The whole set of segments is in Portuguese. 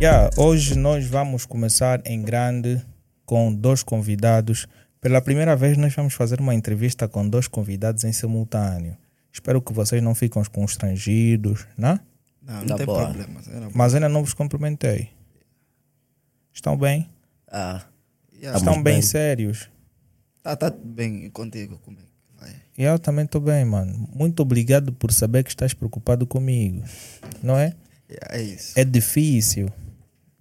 Yeah, hoje nós vamos começar em grande com dois convidados. Pela primeira vez, nós vamos fazer uma entrevista com dois convidados em simultâneo. Espero que vocês não fiquem constrangidos, né? Não, não Na tem boa. problema. Era bom. Mas ainda não vos cumprimentei. Estão bem? Ah, Yeah, Estão bem, bem. sérios? tá, tá bem contigo, como é que vai? E eu também estou bem, mano. Muito obrigado por saber que estás preocupado comigo, não é? Yeah, é isso. É difícil,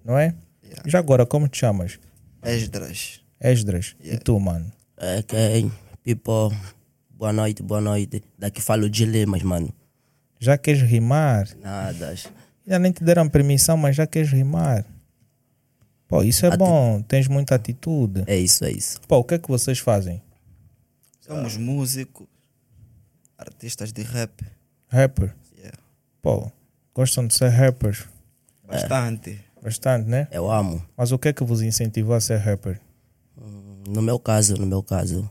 não é? Yeah. Já agora, como te chamas? é Esdras. Esdras. E Yeah. tu, mano? é quem? People, boa noite, boa noite. Daqui falo de lemas, mano. Já queres rimar? Nada. Ainda nem te deram permissão, mas já queres rimar. Pô, isso é Ati- bom, tens muita atitude. É isso, é isso. Pô, o que é que vocês fazem? Somos músicos, artistas de rap. é, Rapper? Yeah. Pô, gostam de ser rappers Bastante. bastante, né? Eu amo. Mas o que é que vos incentivou a ser rapper? Hum, No meu caso, no meu caso,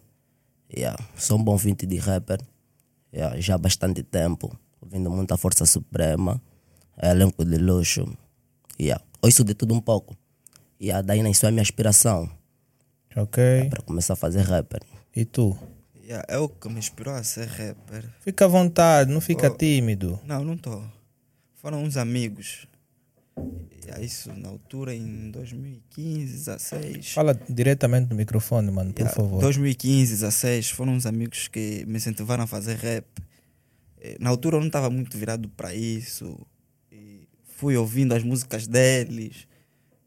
yeah, sou um bom vinte de rapper. Yeah, já há bastante tempo. Ouvindo muita Força Suprema, É, elenco de luxo. Yeah. Ouço de tudo um pouco. E yeah, daí nasceu a minha aspiração Ok? para começar a fazer rapper. E tu? Yeah, é o que me inspirou a ser rapper. Fica à vontade, não fica Oh. tímido. Não, não tô. Foram uns amigos. Yeah, isso na altura em 2015, 16. Fala diretamente no microfone, mano, por Yeah, favor. 2015, 16, foram uns amigos que me incentivaram a fazer rap. Eh, Na altura eu não estava muito virado para isso. E fui ouvindo as músicas deles.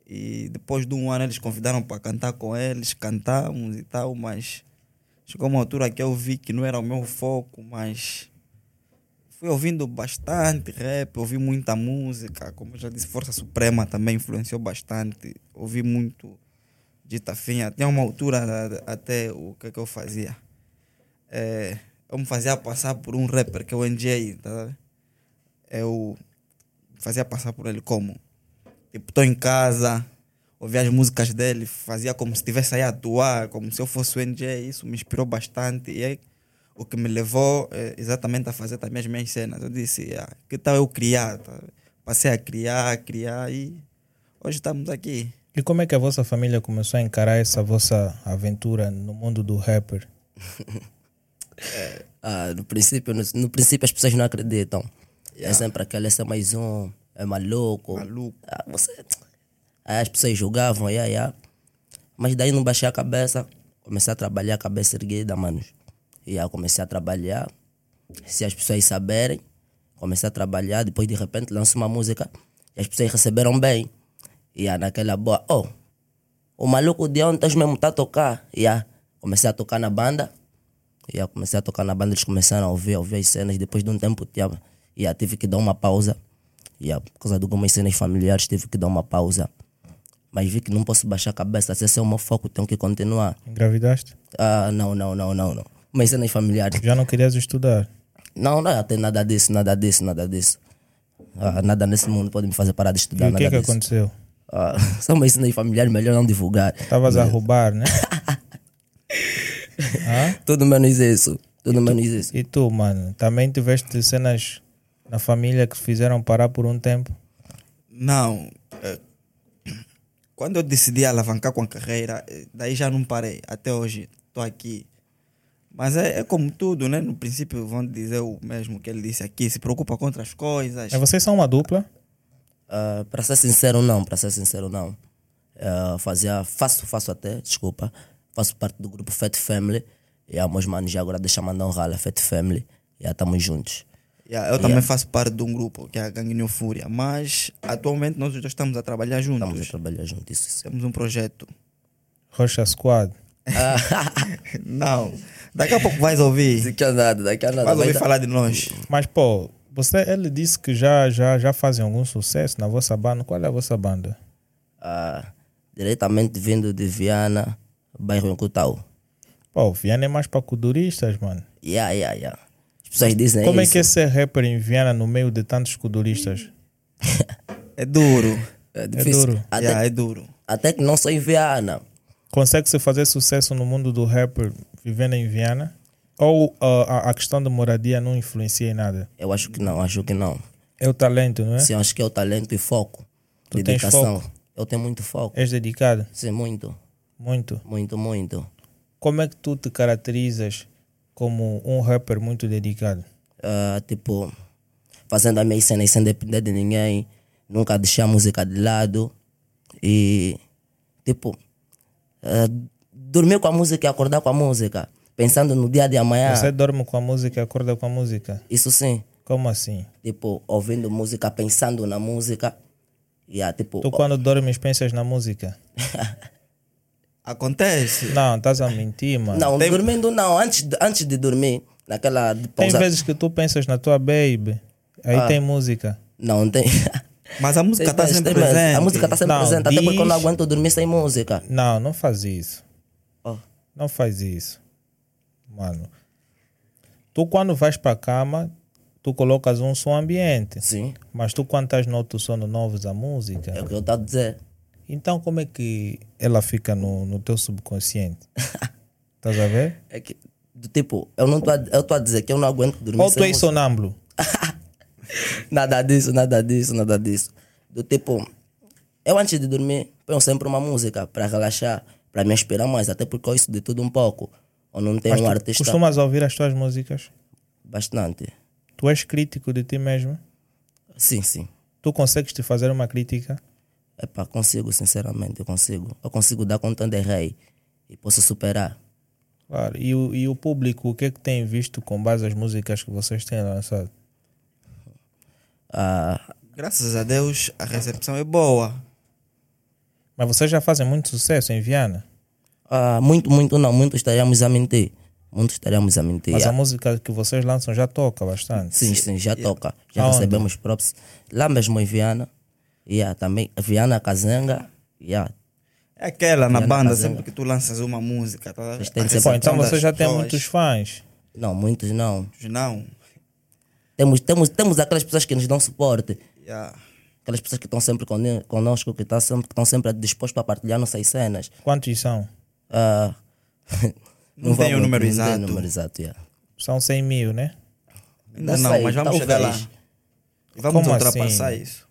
E depois de um ano eles convidaram para cantar com eles, cantamos e tal, mas chegou uma altura que eu vi que não era o meu foco, mas fui ouvindo bastante rap, ouvi muita música, como eu já disse, Força Suprema também influenciou bastante, ouvi muito de Tafinha. Tinha uma altura a- até o que, é que eu fazia. É, eu me fazia passar por um rapper que é o NJ, tá? a ver? Eu me fazia passar por ele como? Tipo, tô em casa, ouvia as músicas dele, fazia como se estivesse aí a atuar, como se eu fosse o NJ, isso me inspirou bastante. E é o que me levou é, exatamente a fazer também as minhas cenas. Eu disse, "Ah, que tal eu criar? tá? Passei a criar, a criar e hoje estamos aqui. E como é que a vossa família começou a encarar essa vossa aventura no mundo do rapper? Ah, no princípio, no, no princípio as pessoas não acreditam. É sempre aquele, esse é mais um, é maluco. Maluco. Ah, você... Aí as pessoas julgavam, yeah, yeah. Mas daí não baixei a cabeça, comecei a trabalhar a cabeça erguida, mano. E aí comecei a trabalhar. Se as pessoas saberem, comecei a trabalhar, depois de repente lanço uma música e as pessoas receberam bem. E aí naquela boa, oh, o maluco de ontem mesmo tá a tocar. E aí comecei a tocar na banda. E aí comecei a tocar na banda, eles começaram a ouvir, a ouvir as cenas. Depois de um tempo, tia, e aí tive que dar uma pausa. E aí, por causa de algumas cenas familiares, tive que dar uma pausa. Mas vi que não posso baixar a cabeça, se esse é o meu foco, tenho que continuar. Engravidaste? Ah, não, não, não, não, não. Mas cenas familiares. Já não querias estudar? Não, não, tem nada disso, nada disso, nada disso. Ah, nada nesse mundo pode me fazer parar de E estudar, o que é nada que disso. aconteceu? Ah, são umas cenas familiares, melhor não divulgar. Estavas a roubar, né? Hã? Tudo menos isso, tudo menos isso. E tu, mano, também tiveste cenas na família que te fizeram parar por um tempo? Não. eh, Quando eu decidi alavancar com a carreira, eh, daí já não parei. Até hoje estou aqui. Mas é, é como tudo, né? No princípio vão dizer o mesmo que ele disse aqui. Se preocupa com outras coisas. É, Vocês são uma dupla? Ah, para ser sincero, não. Para ser sincero, não. Ah, fazia, faço, faço até, desculpa. Faço parte do grupo Fat Family. E a meus manos já agora deixa mandar um rala, Fat Family. E já estamos juntos. Yeah, eu também faço parte de um grupo que é a Gangue New Fúria. Mas atualmente nós os dois estamos a trabalhar Estamos a juntos. trabalhar juntos. Isso, isso. é Temos um projeto. Rocha Squad. Não. Daqui a pouco vais ouvir. Daqui a nada, daqui a nada. Vais vai tá- ouvir dar- falar de nós. Mas, pô, você, ele disse que já, já, já fazem algum sucesso na vossa banda. Qual é a vossa banda? Ah, diretamente vindo de Viana, bairro Incutau. Pô, Viana é mais para kuduristas, mano. Yeah, yeah, yeah. As pessoas dizem Como é isso. que é ser rapper em Viana no meio de tantos kuduristas? É duro. É difícil. duro. Até, Yeah, é duro. até que não sou em Viana. Consegue-se fazer sucesso no mundo do rapper vivendo em Viana? Ou ah, a, a questão da moradia não influencia em nada? Eu acho que não, acho que não. É o talento, não é? Sim, acho que é o talento e foco. Tu tens dedicação. Eu tenho muito foco. És dedicado? Sim, muito. Muito. Muito, muito. Como é que tu te caracterizas como um rapper muito dedicado? Ah, tipo, fazendo a minha cena sem depender de ninguém, nunca deixar a música de lado e, tipo, ah, dormir com a música e acordar com a música, pensando no dia de amanhã. é Você dorme com a música e acorda com a música? Isso sim, Como assim? tipo, ouvindo música, pensando na música. E ah, tipo, Tu quando dormes pensas na música? Acontece. Não, estás a mentir, mano. não, dormindo não, antes de, antes de dormir, naquela de Tem pausa. vezes que tu pensas na tua baby, aí Ah. tem música. Não, tem. Mas a música está sempre presente. né, A música tá- está sempre Não, presente, até porque eu não diz- aguento dormir sem música. Não, não faz isso. Oh. Ó. Não faz isso. Mano. Tu quando vais para cama, tu colocas um som ambiente. Sim, Mas tu quando estás no outro sono novos a música. é o que eu estou a dizer. Então como é que ela fica no, no teu subconsciente? Estás a ver? É que, do tipo, eu não tô a, eu tô a dizer que eu não aguento dormir Ou tu sem és é música. sonâmbulo? Nada disso, nada disso, nada disso. Do tipo, eu antes de dormir, ponho sempre uma música para relaxar, para me inspirar mais, até porque eu isso de tudo um pouco. Eu não tenho Mas um tu artista costumas ouvir as tuas músicas? bastante. Tu és crítico de ti mesmo? Sim, sim. Tu consegues te fazer uma crítica? Epá, consigo, sinceramente, eu consigo. Eu consigo dar conta de rei e posso superar. Claro. E o, e o público, o que é que tem visto com base nas músicas que vocês têm lançado? Ah, Graças a Deus, a recepção é boa. Mas vocês já fazem muito sucesso em Viana. ah, muito, muito não, muito estaríamos a mentir. Muito estaríamos a mentir. Mas é ah. a música que vocês lançam já toca bastante. Sim, sim, já toca. Já Aonde? recebemos props. Lá mesmo em Viana. Yeah, também. Viana, Cazenga. Yeah. É aquela na Ela banda, fazendo. sempre que tu lanças uma música. Tá? Mas tem a que ser- Pô, recepção então das vocês já têm pessoas, muitos fãs. Não, muitos não. Não. Temos, temos, temos aquelas pessoas que nos dão suporte. Yeah. Aquelas pessoas que estão sempre cone- conosco, que tá sempre- que estão sempre, dispostas a partilhar nossas cenas. Quantos são? Ah, Não tem o vamos- número não tem exato. número exato, yeah. São 100 mil, né? Ainda Não não, sei, mas vamos chegar lá. talvez. E Vamos Como ultrapassar assim? isso.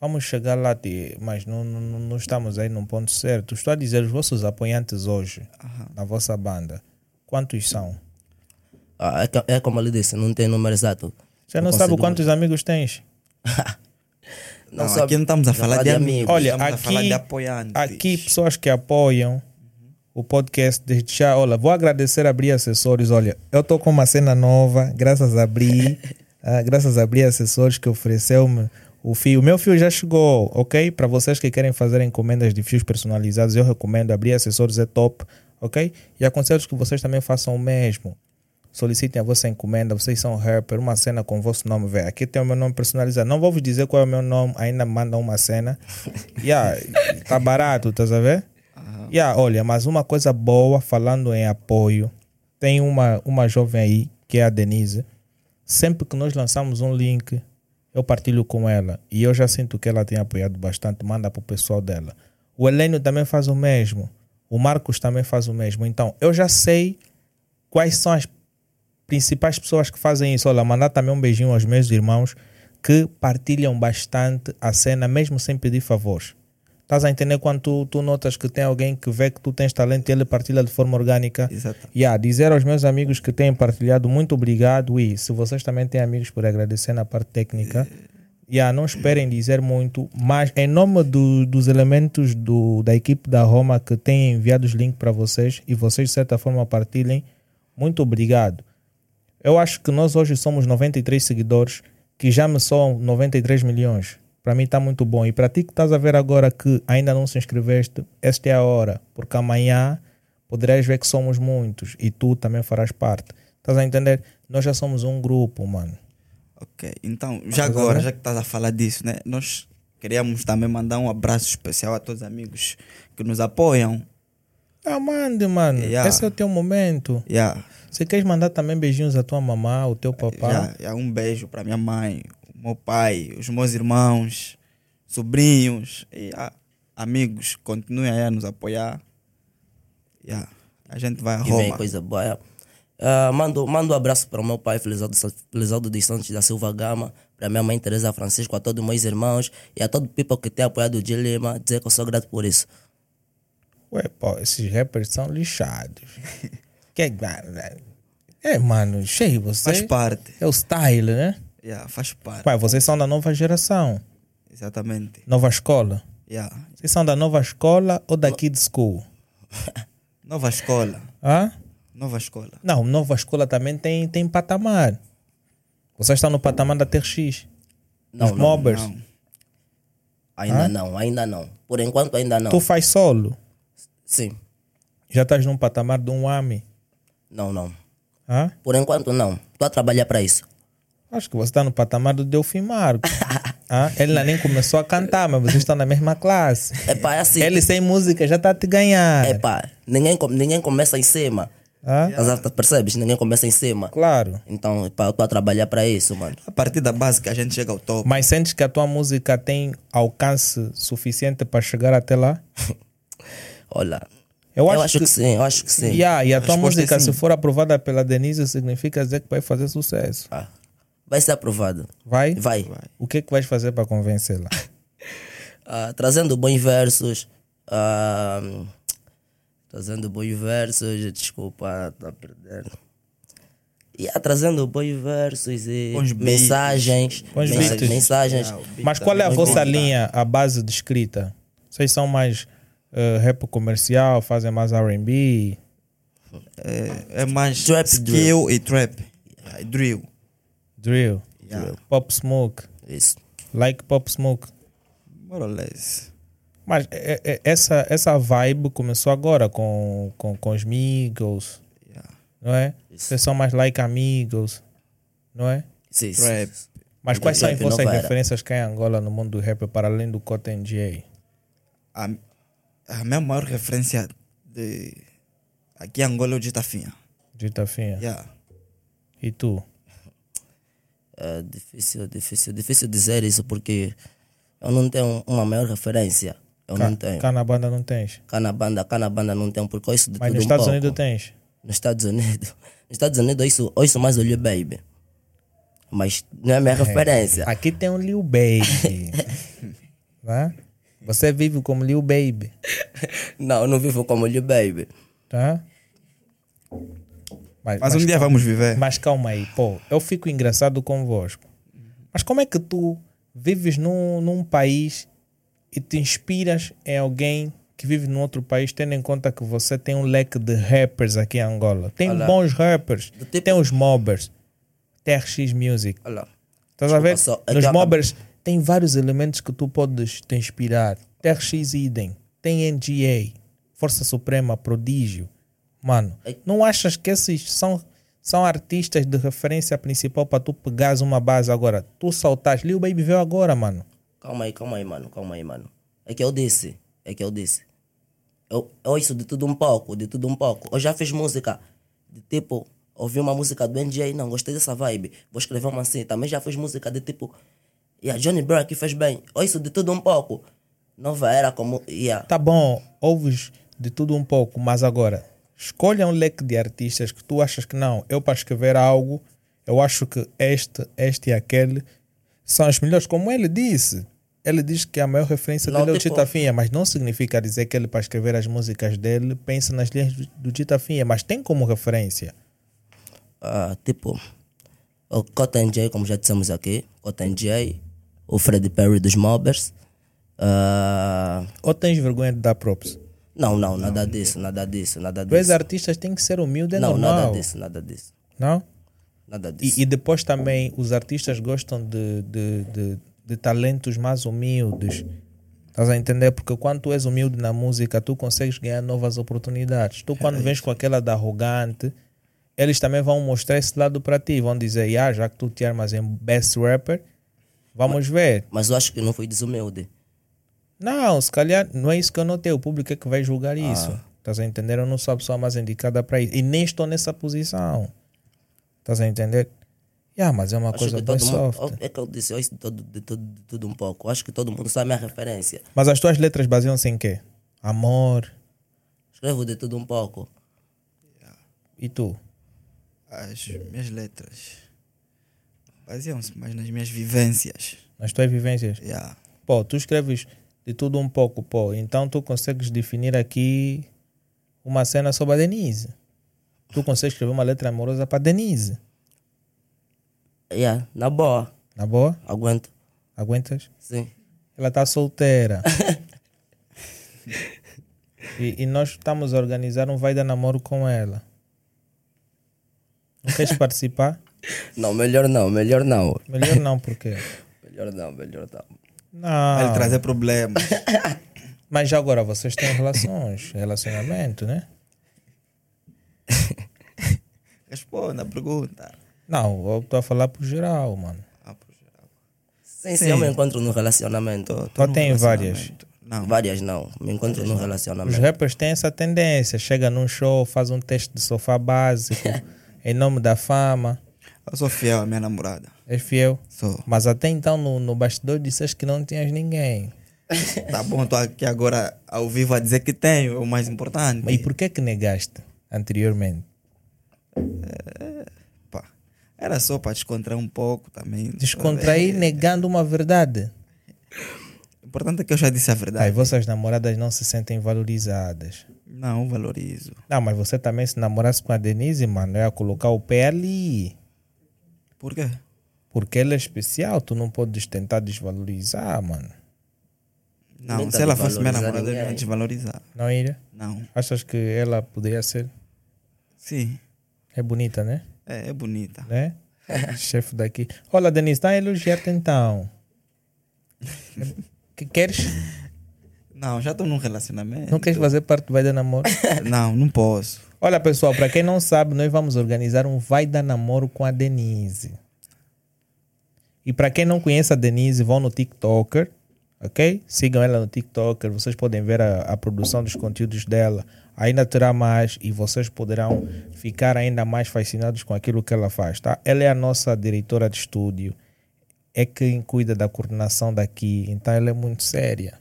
Vamos chegar lá, te- mas não, não, não- não estamos aí num ponto certo. Estou a dizer, os vossos apoiantes hoje, na vossa banda, quantos são? Ah, é, co- é como ele disse, não tem número exato. Você não, consigo- sabe quantos amigos tens? Não, sabe- aqui não estamos a falar de amigos. Olha, estamos a falar aqui- de apoiantes. Aqui, pessoas que apoiam o podcast, desde já, olha, vou agradecer a Bri Acessórios. Olha, eu estou com uma cena nova, graças a Bri, ah, graças a Bri Acessórios que ofereceu-me o fio. O meu fio já chegou, ok? Para vocês que querem fazer encomendas de fios personalizados, eu recomendo. A Bri Acessórios é top, ok? E aconselho que vocês também façam o mesmo. Solicitem a vossa encomenda, vocês são rapper, uma cena com o vosso nome, velho. Aqui tem o meu nome personalizado. Não vou vos dizer qual é o meu nome, ainda mandam uma cena. yeah, tá barato, estás a ver? Yeah, olha, mas uma coisa boa, falando em apoio, tem uma, uma jovem aí, que é a Denise. Sempre que nós lançamos um link, eu partilho com ela. E eu já sinto que ela tem apoiado bastante, manda para o pessoal dela. O Helênio também faz o mesmo. O Marcos também faz o mesmo. Então, eu já sei quais são as principais pessoas que fazem isso. Olha, mandar também um beijinho aos meus irmãos que partilham bastante a cena, mesmo sem pedir favores. Estás a entender quando tu, tu notas que tem alguém que vê que tu tens talento e ele partilha de forma orgânica? Exato. Yeah, ah, dizer aos meus amigos que têm partilhado, muito obrigado. E se vocês também têm amigos por agradecer na parte técnica, yeah, não esperem dizer muito, mas em nome do- dos elementos do, da equipe da Roma que têm enviado os links para vocês e vocês de certa forma partilhem, muito obrigado. Eu acho que nós hoje somos 93 seguidores que já me soam 93 milhões. Para mim está muito bom. E para ti que estás a ver agora que ainda não se inscreveste, esta é a hora, porque amanhã poderás ver que somos muitos e tu também farás parte. Estás a entender? Nós já somos um grupo, mano. Ok, então, já agora, já que estás a falar disso, né? Nós queríamos também mandar um abraço especial a todos os amigos que nos apoiam. Ah, mande, mano. Yeah. Esse é o teu momento. Yeah. Se queres mandar também beijinhos à tua mamá, ao teu papá, Já, já um beijo para minha mãe, o meu pai, os meus irmãos, sobrinhos, e, ah, amigos, continuem aí a nos apoiar. Já, A gente vai a E vem Roma. coisa boa. é. Ah, mando, mando um abraço para o meu pai, Felizaldo, Sa- Felizaldo dos Santos da Silva Gama, para minha mãe Teresa Francisco, a todos meus irmãos e a todo o people que tem apoiado o Dilema, dizer que eu sou grato por isso. Ué, pô, esses rappers são lixados. que, é, mano, cheio Faz você. parte. É o style, né? Yeah, faz parte. Pai, vocês são da nova geração, Exatamente. nova escola. Yeah. Vocês são da nova escola ou da Kid School? Nova escola. Hã? Nova escola. Não, nova escola também tem, tem patamar. Vocês estão no patamar da TRX. Não, Os não, mobbers. Não. Ainda não, ainda não. Por enquanto, ainda não. Tu faz solo. Sim. Já estás num patamar de um AMI. Não, não. Hã? Por enquanto, não. Estou a trabalhar para isso. Acho que você está no patamar do Delfim Marco. Hã? Ele ainda nem começou a cantar, mas vocês estão na mesma classe. É pá, é assim. Ele sem música já está a te ganhar. É pá, ninguém, com- ninguém começa em cima. Hã? Tá- Percebes? Ninguém começa em cima. Claro. Então, epá, eu estou a trabalhar para isso, mano. A partir da base que a gente chega ao topo. Mas sentes que a tua música tem alcance suficiente para chegar até lá? Olha. Eu acho que... sim, eu acho que sim. Yeah, e a, tua resposta é música, se sim. for aprovada pela Denise, significa dizer que vai fazer sucesso. Ah, Vai ser aprovado. Vai? Vai. O que é que vais fazer para convencê-la? Ah, trazendo bons versos. ah, trazendo bons versos. Desculpa, tá perdendo. E ah, trazendo bons versos e Bons beats. mensagens. Bons mensa- beats. Mensagens. Yeah, o beat Mas tá qual é a bem vossa montado. linha, a base de escrita? Vocês são mais eh, rap comercial, fazem mais RB? É, é mais Trap, skill e trap. Yeah, e drill. Drill. Yeah. Pop Smoke. Isso. Like Pop Smoke. More or less. Mas eh, eh, essa, essa vibe começou agora com, com, com os Migos, Yeah. não é? Vocês são mais like amigos, não é? Isso, isso. Trap. Mas quais são as Rap, não vossas vai. referências cá em Angola no mundo do rap, para além do Cotton J? A, a minha maior referência de aqui em Angola é o Ditafinha. Dita Finha. Yeah. E tu? É difícil, difícil, difícil dizer isso porque eu não tenho uma maior referência. Eu Ca- não tenho. Cá na banda não tens. Cá na banda, cá na banda não tenho, porque eu ouço de Mas tudo nos um Estados pouco. Unidos tens. Nos Estados Unidos. Nos Estados Unidos eu ouço, ouço mais o Lil Baby. Mas não é minha referência. Aqui tem um Lil Baby. né? Você vive como Lil Baby. Não, eu não vivo como Lil Baby. Tá? Mas, Mas mas- um dia vamos viver. mas calma aí, pô. Eu fico engraçado convosco. Mas como é que tu vives num, num país e te inspiras em alguém que vive num outro país, tendo em conta que você tem um leque de rappers aqui em Angola? Tem bons rappers, tipo- tem os mobbers, TRX Music. Olha lá. Estás a ver? só, é Nos que eu- mobbers tem vários elementos que tu podes te inspirar. TRX Idem, tem NGA, Força Suprema, Prodígio. Mano, É- não achas que esses são, são artistas de referência principal para tu pegares uma base agora? Tu saltaste. Lil Baby veio agora, mano. Calma aí, calma aí, mano. Calma aí, mano. É que eu disse. É que eu disse. Eu, eu ouço de tudo um pouco, de tudo um pouco. Eu já fiz música de tipo, ouvi uma música do NJ, não, gostei dessa vibe. Vou escrever uma assim. Também já fiz música de tipo. E a Johnny Brown que fez bem. Ouço de tudo um pouco. Nova era como. Yeah. Tá bom, ouves de tudo um pouco, mas agora, escolha um leque de artistas que tu achas que não, eu para escrever algo, eu acho que este, este e aquele são os melhores, como ele disse. Ele diz que a maior referência Não, dele é o tipo- Tita Finha, mas não significa dizer que ele, para escrever as músicas dele, pensa nas linhas do- do Tita Finha, mas tem como referência. Ah, tipo. O Cotton J, como já dissemos aqui. Cotton J. O Fred Perry dos Mobbers. Ah, Ou tens vergonha de dar props? não, não, nada disso, nada disso, nada disso. Dois artistas têm que ser humildes, é Não, normal. nada disso, nada disso. Não? Nada disso. E, e depois também os artistas gostam de, de, de, de talentos mais humildes. Estás a entender? Porque quando tu és humilde na música, tu consegues ganhar novas oportunidades. Tu, quando vens com aquela da arrogante, eles também vão mostrar esse lado para ti. Vão dizer, "Ya, já que tu te armas em best rapper, vamos ver. Mas eu acho que não foi desumilde. Não, se calhar não é isso que eu notei. O público é que vai Ah. julgar isso. Estás a entender? Eu não sou a pessoa mais indicada para isso. E nem estou nessa posição. Estás a entender? Yeah, mas é uma Acho coisa que bem todo mundo. soft. É que eu disse, eu ouço de todo, de, todo, de tudo um pouco. Acho que todo mundo sabe a minha referência. Mas as tuas letras baseiam-se em quê? Amor. Escrevo de tudo um pouco. E tu? as minhas letras baseiam-se mais nas minhas vivências. Nas tuas vivências? Yeah. Pô, tu escreves de tudo um pouco, pô. Então tu consegues definir aqui uma cena sobre a Denise. Tu consegues escrever uma letra amorosa para Denise. Yeah, na boa, Na boa? aguento. Aguentas? Sim. Ela está solteira. e, e nós estamos a organizar um vai dar namoro com ela. Não queres participar? Não, melhor não, melhor não. Melhor não, porque. Melhor não, melhor não. Vai Não. lhe trazer problemas. Mas já agora vocês têm relações, relacionamento, né? Responda a pergunta. Não, eu estou a falar por geral, mano. Ah, por geral. Sim, sim, eu me encontro no relacionamento. Tô- tô Só num tem várias. relacionamento. Não. Várias não, me encontro no Os relacionamento. rappers têm essa tendência. Chega num show, faz um teste de sofá básico, em nome da fama, Eu sou fiel à minha namorada. és fiel. Sou. Mas até então, no, no bastidor, disseste que não tinhas ninguém. Tá bom, tô aqui agora ao vivo a dizer que tenho, é o mais importante. E por que que negaste anteriormente? Pá, Era só para descontrair um pouco também. É. Descontrair negando uma verdade. O importante é que eu já disse a Aí verdade. vossas namoradas não se sentem valorizadas. Não, eu valorizo. Não, mas você também se namorasse com a Denise, mano, eu ia colocar o pé ali. Por quê? Porque ela é especial, tu não podes tentar desvalorizar, mano. Não, Nem tá se ela fosse minha desvalorizando namorada, eu não ia ninguém. desvalorizar. Não iria? Não. Achas que ela poderia ser? Sim, É bonita, né? é, é bonita. Né? Chefe daqui. Olha, Denise, dá a elogiar-te então. que queres? Não, já estou num relacionamento. Não queres fazer parte do Vai Dar Namoro? Não, não posso. Olha, pessoal, para quem não sabe, nós vamos organizar um Vai Dar Namoro com a Denise. E para quem não conhece a Denise, vão no TikToker, ok? Sigam ela no TikToker, vocês podem ver a, a produção dos conteúdos dela. Ainda terá mais e vocês poderão ficar ainda mais fascinados com aquilo que ela faz, tá? Ela é a nossa diretora de estúdio, é quem cuida da coordenação daqui, então ela é muito séria.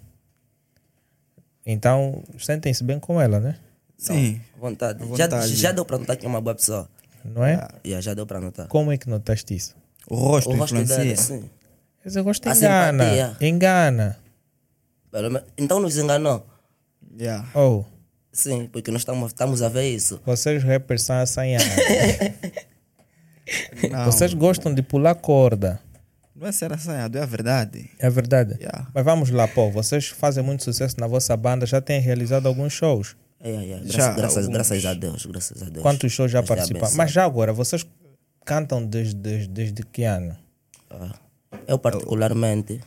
Então, sentem-se bem com ela, né? Sim. Vontade. À Já, vontade. já deu para notar que é uma boa pessoa. Não é? Yeah, já deu para notar. Como é que notaste isso? O rosto O rosto influencia. dela, sim. Esse rosto A engana. simpatia. Engana. Pelo menos- Então nos enganou. Yeah. Oh, Sim, porque nós estamos, estamos a ver isso. vocês rappers são assanhados. Não, vocês gostam de pular corda. não é ser assanhado, é a verdade. É verdade. Yeah. Mas vamos lá, pô. Vocês fazem muito sucesso na vossa banda, já têm realizado alguns shows. É, é, é. Graças, Já, graças, alguns. graças a Deus, graças a Deus. Quantos shows já Mas é a participaram? benção. Mas já agora, vocês cantam desde, desde, desde que ano? Ah, Eu particularmente,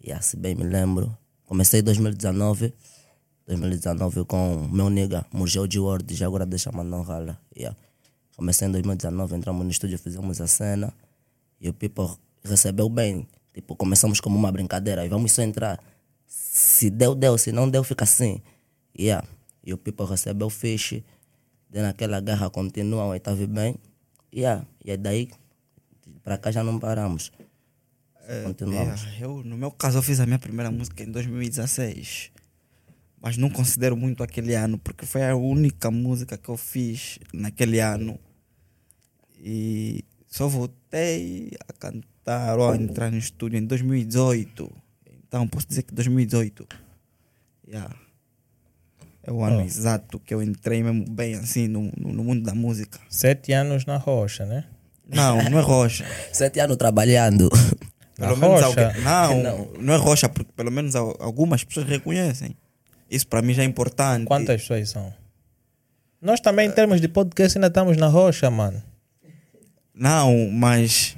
yeah, se bem me lembro, comecei em 2019, 2019 com meu nigga, Mugel de Word, já agora deixa mas não rala. Yeah. Comecei em 2019, entramos no estúdio, fizemos a cena e o People recebeu bem. Tipo, começamos como uma brincadeira e vamos só entrar. Se deu, deu, se não deu, fica assim. Yeah. E o People recebeu o fish, daí naquela guerra continuam, aí estava bem. Yeah. E aí daí Pra cá já não paramos. Continuamos. Yeah, É, Eu, no meu caso, eu fiz a minha primeira música em 2016. Mas não considero muito aquele ano, porque foi a única música que eu fiz naquele ano. E só voltei a cantar ou a entrar no estúdio em 2018. Então posso dizer que 2018 yeah, é o ano exato que eu entrei mesmo bem assim no, no- no mundo da música. Sete anos na rocha, né? Não, não é rocha. Sete anos trabalhando. Na Pelo menos rocha. alguém- Não, não, é rocha, porque pelo menos al- algumas pessoas reconhecem. Isso para mim já é importante. Quantas pessoas são? Nós também, em termos de podcast, ainda estamos na rocha, mano. Não, mas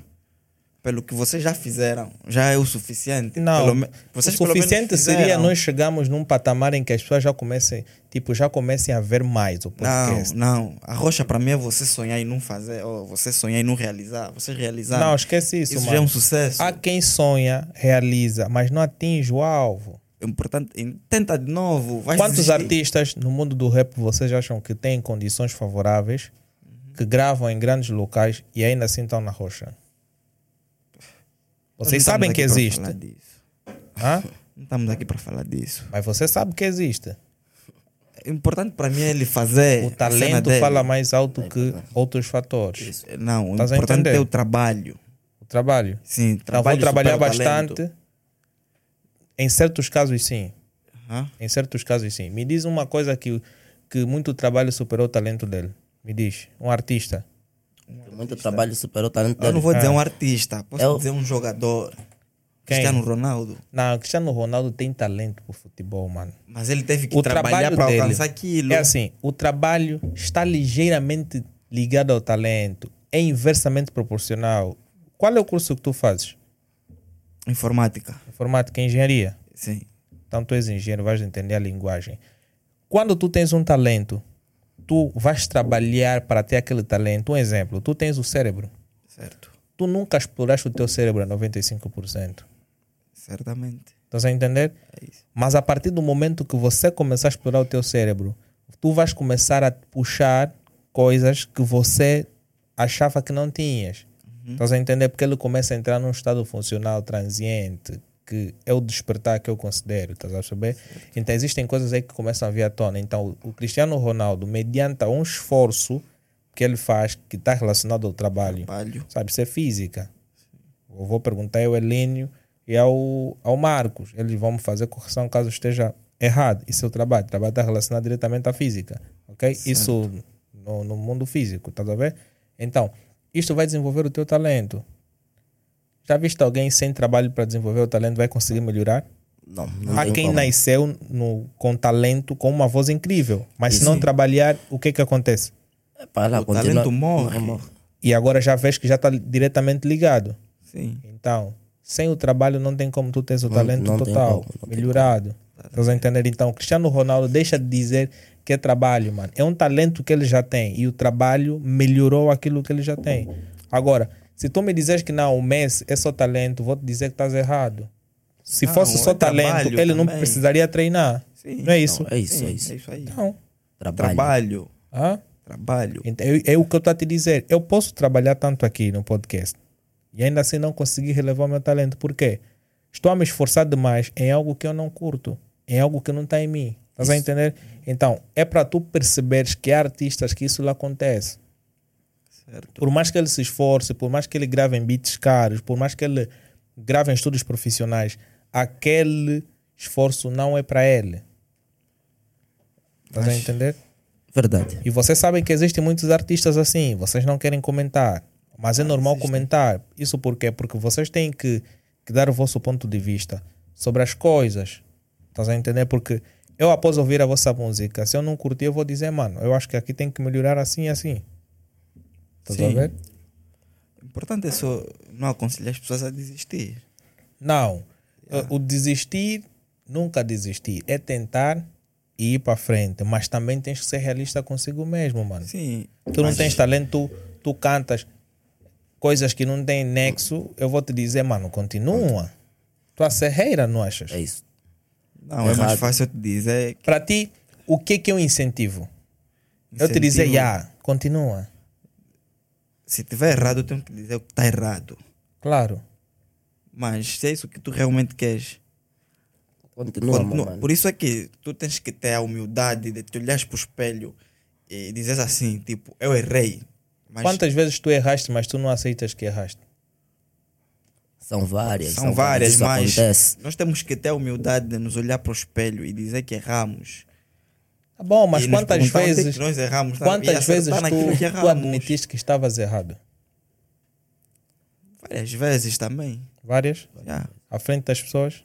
pelo que vocês já fizeram, já é o suficiente. Não, Pelo me- o pelo menos suficiente seria fizeram. nós chegarmos num patamar em que as pessoas já comecem, tipo, já comecem a ver mais o Não, podcast. não. A rocha para mim é você sonhar e não fazer, ou você sonhar e não realizar. Você realizar. Não, esquece isso, Ah, isso já mano. é um sucesso. Há quem sonha, realiza, mas não atinge o alvo. É importante. e Tenta de novo. Vai Quantos desistir. artistas no mundo do rap vocês acham que têm condições favoráveis, Uhum. que gravam em grandes locais e ainda assim estão na rocha? Nós não Vocês estamos sabem aqui que pra falar existe, disso. hã? Não estamos aqui para falar disso. mas você sabe que existe. O importante para mim é ele fazer. O a cena talento dele. fala mais alto que outros fatores. Não, o Estás a importante é entender? o trabalho. O trabalho. Sim, Então vou trabalho trabalhar supera o talento. bastante. Em certos casos, sim. Hã? Em certos casos, sim. Me diz uma coisa que, que muito trabalho superou o talento dele. Me diz, um artista. Muito trabalho superou o talento Eu dele. não vou dizer um artista, posso Eu- dizer um jogador. é. Quem? Cristiano Ronaldo. Não, Cristiano Ronaldo tem talento pro futebol, mano. Mas ele teve que O trabalhar trabalho para dele alcançar aquilo. É assim, o trabalho está ligeiramente ligado ao talento. É inversamente proporcional. Qual é o curso que tu fazes? Informática. Informática, engenharia. Sim. Então tu és engenheiro, vais entender a linguagem. Quando tu tens um talento, tu vais trabalhar para ter aquele talento. Um exemplo, tu tens o cérebro. Certo. Tu nunca exploraste o teu cérebro a 95%. Certamente. Estás a entender? É isso. Mas a partir do momento que você começar a explorar o teu cérebro, tu vais começar a puxar coisas que você achava que não tinhas. Uhum. Estás a entender? Porque ele começa a entrar num estado funcional transiente, que é o despertar que eu considero, estás a perceber? Então existem coisas aí que começam a vir à tona. Então o Cristiano Ronaldo, mediante um esforço que ele faz, que está relacionado ao trabalho, Trabalho. sabe? Isso é física. Eu vou perguntar ao é Helênio e ao, ao Marcos. Eles vão me fazer correção caso esteja errado. Isso é o trabalho. O trabalho está relacionado diretamente à física. Ok? Isso no, no mundo físico, tá a ver? Então, isto vai desenvolver o teu talento. Já viste alguém sem trabalho para desenvolver o talento vai conseguir melhorar? Não, não Há tem quem como. nasceu no, com talento, com uma voz incrível. Mas se não trabalhar, o que que acontece? É para lá, O continua- talento é morre. Não, E agora já vês que já está diretamente ligado. Sim. Então, sem o trabalho não tem como tu teres o Não- talento não tem total, como, não tem melhorado. Estás a entender? Então, o Cristiano Ronaldo deixa de dizer que é trabalho, mano. É um talento que ele já tem e o trabalho melhorou aquilo que ele já tem. Agora, se tu me dizes que não, o Messi é só talento, vou te dizer que estás errado. Se Não, fosse só é trabalho talento, ele não também. precisaria treinar. Sim. Não é isso? É isso, Sim, é isso. aí. Então, Trabalho. Trabalho. hã? Trabalho. Então, é, é o que eu estou a te dizer. Eu posso trabalhar tanto aqui no podcast e ainda assim não conseguir relevar o meu talento. Por quê? Estou a me esforçar demais em algo que eu não curto, em algo que não está em mim. Estás a entender? Então, é para tu perceberes que há artistas que isso lhe acontece. É. Certo. Por mais que ele se esforce, por mais que ele grave em beats caros, por mais que ele grave em estudos profissionais, aquele esforço não é para ele. Estás a entender? Verdade. E vocês sabem que existem muitos artistas assim, vocês não querem comentar, mas é normal comentar. Isso por quê? Porque vocês têm que, que dar o vosso ponto de vista sobre as coisas. Estás a entender? Porque eu, após ouvir a vossa música, se eu não curtir, eu vou dizer, mano, eu acho que aqui tem que melhorar assim e assim. Estás a Sim. ver? O importante é só não aconselhar as pessoas a desistir. Não. O desistir, nunca desistir. É tentar e ir para frente. Mas também tens que ser realista consigo mesmo, mano. Sim. Tu não tens talento, tu, tu cantas coisas que não têm nexo. Eu vou te dizer, mano, continua. Tu a serreira, não achas? É isso. Não, é mais Errado. fácil eu te dizer. Para ti, o que é que é um incentivo? Eu te dizer, incentivo. yeah, continua. Se tiver errado, eu tenho que dizer o que está errado. Claro. Mas se é isso que tu realmente queres, Continua, Continua. mano. Por isso é que tu tens que ter a humildade de te olhares para o espelho e dizeres assim, tipo, eu errei. Mas Quantas vezes tu erraste, mas tu não aceitas que erraste? São várias. são várias, isso mas acontece. nós temos que ter a humildade de nos olhar para o espelho e dizer que erramos. Tá bom, mas E nos quantas perguntar onde é que vezes. nós erramos, tá? E Quantas acertar vezes naquilo tu, que tu erramos. admitiste que estavas errado? Várias vezes também. Várias? Já. À frente das pessoas?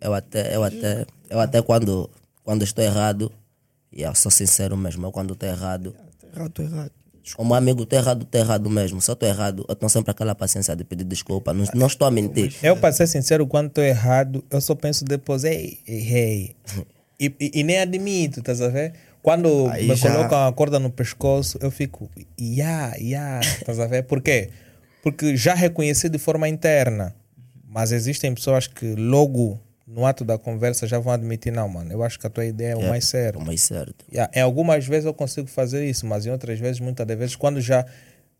Eu até, eu até, eu até quando, quando estou errado, e eu sou sincero mesmo, eu quando estou errado, Tá errado, tá errado. o meu amigo, estou errado, estou errado mesmo. Se eu estou errado, eu tenho sempre aquela paciência de pedir desculpa. Não, não estou a mentir. é. Eu, para ser sincero, quando estou errado, eu só penso depois, ei, errei. E, e, e nem admito, estás a ver? Quando Aí me já- colocam a corda no pescoço, eu fico, ya, ya, estás a ver? Por quê? Porque já reconheci de forma interna. Mas existem pessoas que logo no ato da conversa já vão admitir, não, mano, eu acho que a tua ideia é o mais certo. Mas certo. Yeah, em algumas vezes eu consigo fazer isso, mas em outras vezes, muitas das vezes, quando já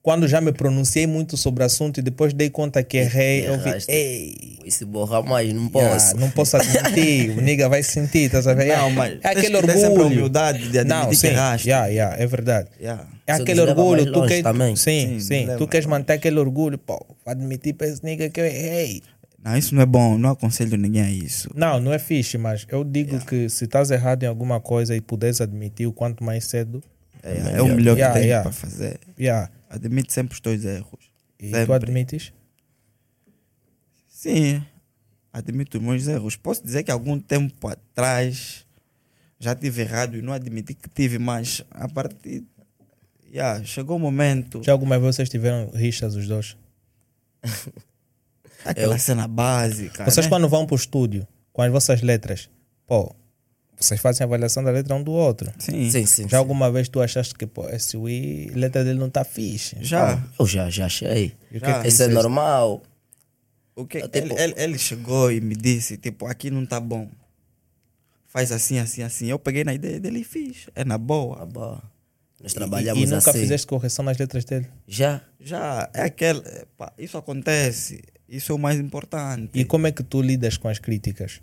Quando já me pronunciei muito sobre o assunto e depois dei conta que errei, eu vi, erraste. ei, Esse borra mais, não ah, posso. não posso admitir, o nigga vai sentir, tá sabendo? Não, mas é tens aquele que ter sempre a orgulho. humildade de admitir não, que sim, erraste. yeah, yeah, é verdade. Yeah. É Isso aquele nos leva orgulho, mais tu longe quer, também. sim, Sim, sim, nos tu leva queres mais manter aquele orgulho, pô, admitir para esse nigga que eu errei. Não, isso não é bom, não aconselho ninguém a isso. Não, não é fixe, mas eu digo que se estás errado em alguma coisa e puderes admitir o quanto mais cedo, É, é o melhor Yeah, que tem yeah. para fazer. yeah. Admite sempre os teus erros. e tu Sempre. admites? Sim, admito os meus erros. Posso dizer que algum tempo atrás já tive errado e não admiti que tive, mas a partir. Yeah, chegou o momento. Já alguma vez vocês tiveram rixas os dois? Aquela Eu- cena básica. Ah, Vocês né? quando vão para o estúdio com as vossas letras, pô, vocês fazem a avaliação da letra um do outro. Sim. Sim, sim. Já alguma vez tu achaste que pô, esse Wii, a letra dele não tá fixe? Já. Eu já, já achei. E o que Já. é que Isso é disseste? normal. O que, Eu, tipo- ele, ele- ele chegou e me disse, tipo, aqui não tá bom. Faz assim, assim, assim. Eu peguei na ideia dele e fiz. É na Tá boa. bom. Nós e, trabalhamos e nunca assim. fizeste correção nas letras dele? Já. Já é aquele. pá, isso acontece. Isso é o mais importante. E como é que tu lidas com as críticas?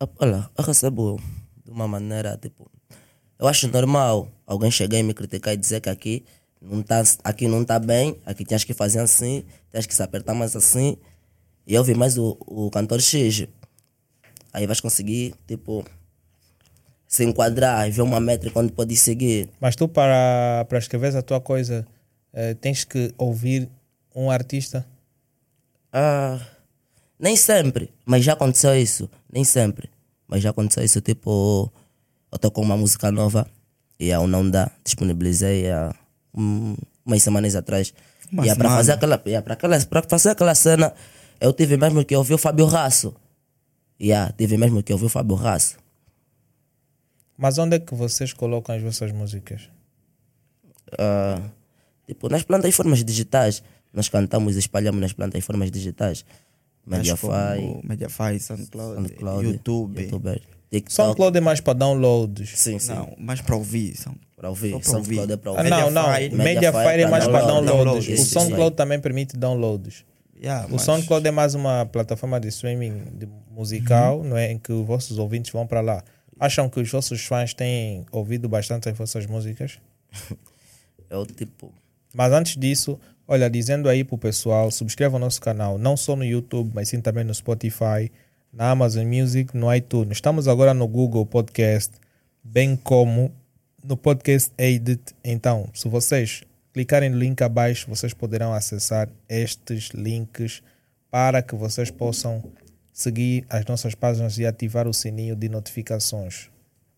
Ah, Olha, eu recebo de uma maneira, tipo, eu acho normal alguém chegar e me criticar e dizer que aqui não tá, aqui não tá bem, aqui tens que fazer assim, tens que se apertar mais assim. E eu vi mais o, o cantor X. Aí vais conseguir, tipo, se enquadrar e ver uma métrica onde podes seguir. Mas tu, para, para escrever a tua coisa, eh, tens que ouvir um artista? Ah, nem sempre, mas já aconteceu isso. Nem sempre, mas já aconteceu isso. Tipo, eu tô com uma música nova e eu não dá. Disponibilizei há um, umas semanas atrás. Uma e é pra semana. fazer, aquela, e é pra, aquela, pra fazer aquela cena, eu tive mesmo que ouvir o Fábio Raço. E yeah, tive mesmo que ouvir o Fábio Raço. Mas onde é que vocês colocam as vossas músicas? Ah, tipo, nas plataformas digitais. Nós cantamos e espalhamos nas plataformas digitais. Mas Mediafy, como Mediafy, SoundCloud, SoundCloud, YouTube. um YouTuber, TikTok. SoundCloud é mais para downloads. Sim, sim. Não, mas para ouvir. São... Para ouvir. Só pra SoundCloud ouvir. é para Ah, ouvir. não, não. Mediafire- Mediafire é mais para download, downloads. download, O isso, SoundCloud também permite downloads. Yeah, O mas- SoundCloud é mais uma plataforma de streaming de musical, não é? Em que os vossos ouvintes vão para lá. Acham que os vossos fãs têm ouvido bastante as vossas músicas? É o tipo. Mas antes disso, olha, dizendo aí pro pessoal, subscreva o nosso canal, não só no YouTube, mas sim também no Spotify, na Amazon Music, no iTunes. Estamos agora no Google Podcast, bem como no Podcast Edit. Então, se vocês clicarem no link abaixo, vocês poderão acessar estes links para que vocês possam seguir as nossas páginas e ativar o sininho de notificações.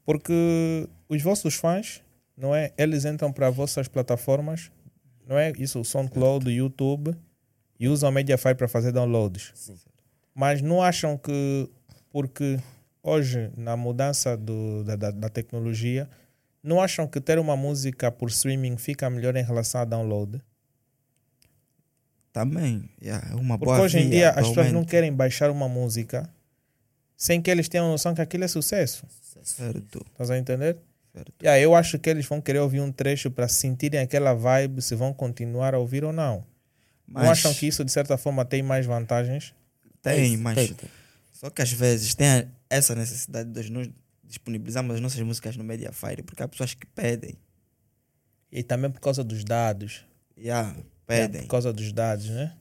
Porque os vossos fãs, não é? Eles entram para vossas plataformas, não é? Isso, o SoundCloud, o YouTube, e usam o Mediafire para fazer downloads. Mas não acham que, porque hoje, na mudança do- da, da- da tecnologia, não acham que ter uma música por streaming fica melhor em relação a download? Também. yeah, é uma Porque boa hoje em via, dia as pessoas não atualmente. querem baixar uma música sem que eles tenham noção que aquilo é sucesso. Certo, Estás a entender? certo. E aí eu acho que eles vão querer ouvir um trecho para sentirem aquela vibe, se vão continuar a ouvir ou não. Não acham que isso, de certa forma, tem mais vantagens? Tem, isso, mas. tem, tem. Só que às vezes tem a- essa necessidade de nós disponibilizarmos as nossas músicas no Mediafire, porque há pessoas que pedem. E também por causa dos dados. né? Yeah, Por pedem. causa dos dados, né?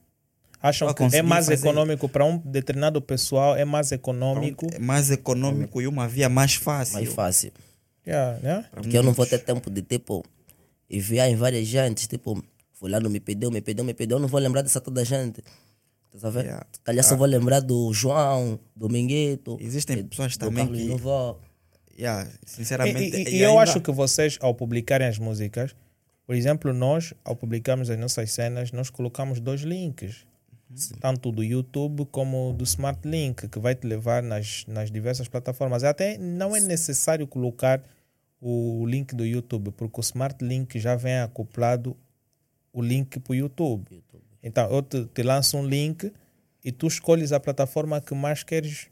Acham Pra que é conseguir mais fazer- econômico para um determinado pessoal, é mais econômico. É mais econômico e uma via mais fácil. Mais fácil. Yeah, né? Pra Porque eu não vou ter muitos. tempo de, tipo, enviar em várias gentes. Tipo, fulano me pediu, me pediu, me pediu. Eu não vou lembrar dessa toda gente. Tá sabendo? Yeah. Ah. Calhar só vou lembrar do João, do Minguito. Existem pessoas do também Carlos que- Novo. Yeah, E, sinceramente. e- e e eu ainda- acho que vocês, ao publicarem as músicas, por exemplo, nós, ao publicarmos as nossas cenas, nós colocamos dois links. Tanto do YouTube como do Smart Link, que vai te levar nas, nas diversas plataformas. Até não é necessário colocar o link do YouTube, porque o Smart Link já vem acoplado o link para o YouTube. Então, eu te, te lanço um link e tu escolhes a plataforma que mais queres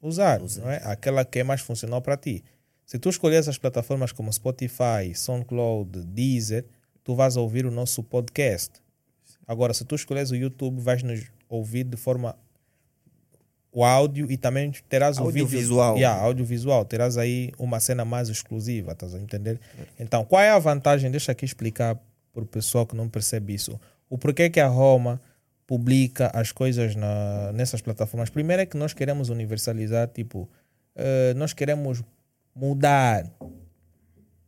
usar, não é? aquela que é mais funcional para ti. Se tu escolheres as plataformas como Spotify, SoundCloud, Deezer, tu vais ouvir o nosso podcast. Agora, se tu escolheres o YouTube, vais nos ouvir de forma o áudio e também terás o vídeo Audiovisual. Yeah, audiovisual. Terás aí uma cena mais exclusiva, estás a entender? Então, qual é a vantagem? Deixa aqui explicar para o pessoal que não percebe isso. O porquê que a Roma publica as coisas na, nessas plataformas. Primeiro é que nós queremos universalizar, tipo, eh, nós queremos mudar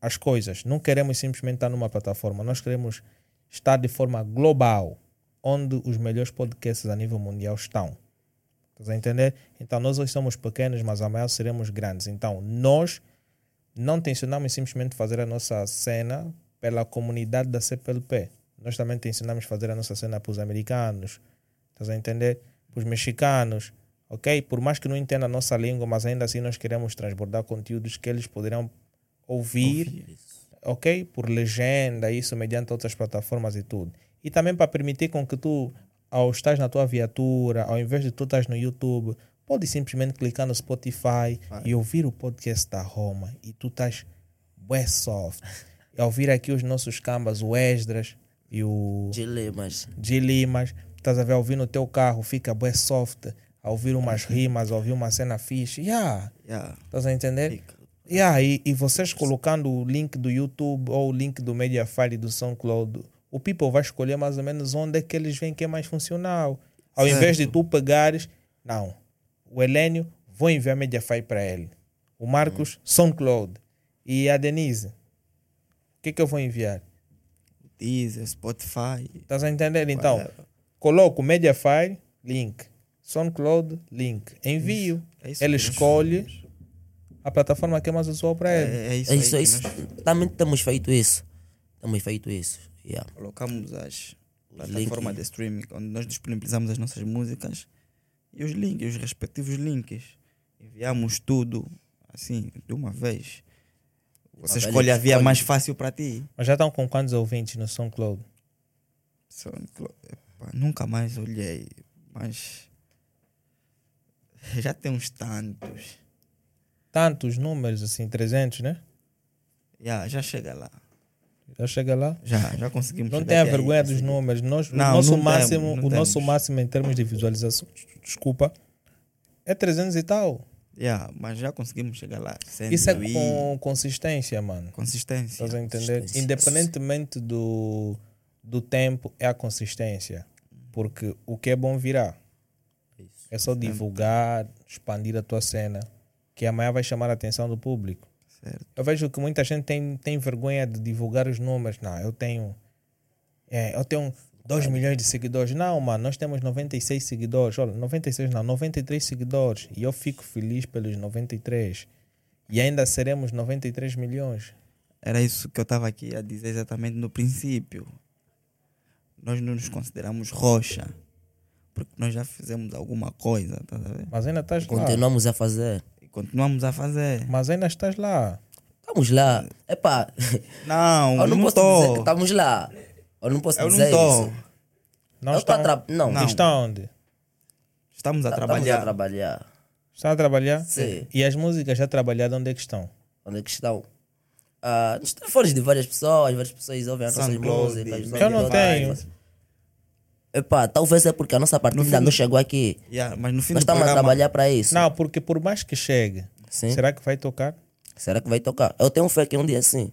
as coisas. Não queremos simplesmente estar numa plataforma. Nós queremos estar de forma global, onde os melhores podcasts a nível mundial estão. Estás a entender? Então, nós hoje somos pequenos, mas amanhã seremos grandes. Então, nós não tensionamos simplesmente fazer a nossa cena pela comunidade da CPLP. Nós também tensionamos fazer a nossa cena para os americanos. Estás a entender? Para os mexicanos. Ok? Por mais que não entenda a nossa língua, mas ainda assim nós queremos transbordar conteúdos que eles poderão ouvir ok? Por legenda, isso mediante outras plataformas e tudo. E também para permitir com que tu, ao estás na tua viatura, ao invés de tu estás no YouTube, pode simplesmente clicar no Spotify e ouvir o podcast da Roma. E tu estás bué soft. E ao ouvir aqui os nossos cambas, o Esdras e o Dilemas. de Limas, estás a ver, a ouvir no teu carro, fica bué soft. A ouvir umas rimas, a ouvir uma cena fixe. Yeah. Yeah. Estás a Tá entender? Fica. Yeah, e, e vocês colocando o link do YouTube ou o link do Mediafire e do SoundCloud, o people vai escolher mais ou menos onde é que eles veem que é mais funcional. Ao invés de tu pegares, não, o Helênio, vou enviar Mediafire para ele. O Hum. Marcos, SoundCloud. E a Denise, o que, que eu vou enviar? Deezer, Spotify. Estás a entender? Então, coloco Mediafire, link. SoundCloud, link. Envio. É isso ele que nós escolhe a plataforma que é mais usual para ele. É, é isso É isso, aí é que isso. nós Também temos feito isso. Temos feito isso. Yeah. colocamos as links. plataformas de streaming, onde nós disponibilizamos as nossas músicas e os links, os respectivos links. Enviamos tudo, assim, de uma vez. Você velha escolhe a via escolhe. mais fácil para ti. Mas já estão com quantos ouvintes no SoundCloud? Só- um epá, Nunca mais olhei, mas já tem uns tantos. Tantos números, assim, 300, né? Já, já chega lá. Já chega lá. Já, já conseguimos Não chegar tenha até aí, vergonha dos conseguimos. números. Nós, o Não, nosso, não temos, máximo, não o nosso temos. máximo em termos de visualização, desculpa, é 300 e tal. Já, mas já conseguimos chegar lá. Isso é Sendo e com consistência, mano. consistência. Estás a entender? consistência. Independentemente do, do tempo, é a consistência. Porque o que é bom virá. É só divulgar, expandir a tua cena, que amanhã vai chamar a atenção do público. Certo. Eu vejo que muita gente tem, tem vergonha de divulgar os números. Não, eu tenho. é, eu tenho 2 milhões de seguidores. Não, mano, nós temos 96 seguidores. Olha, 96 não, 93 seguidores. E eu fico feliz pelos 93. E ainda seremos 93 milhões. Era isso que eu estava aqui a dizer exatamente no princípio. Nós não nos consideramos rocha, porque nós já fizemos alguma coisa, tá a ver? Mas ainda estás lá. Continuamos a fazer. E continuamos a fazer. Mas ainda estás lá. Estamos lá. Epá, É. Não, eu não, posso dizer que tô. estamos lá. Eu não posso Eu não dizer tô. tá- isso. Não eu estão, estou a tra... Não, Não. Está onde? Estamos a Estamos a trabalhar. trabalhar. Estão a trabalhar? Sim. E as músicas já trabalharam onde é que estão? Onde é que estão? Ah, nos telefones de várias pessoas, várias pessoas ouvem as nossas SoundCloud, músicas. os Spotify. Eu não outros- tenho. Epá, talvez é porque a nossa No partida fim não do- chegou aqui. Yeah, mas no fim Nós do estamos a programa, trabalhar para isso. Não, porque por mais que chegue, Sim. será que vai tocar? Será que vai tocar? Eu tenho fé que um dia sim.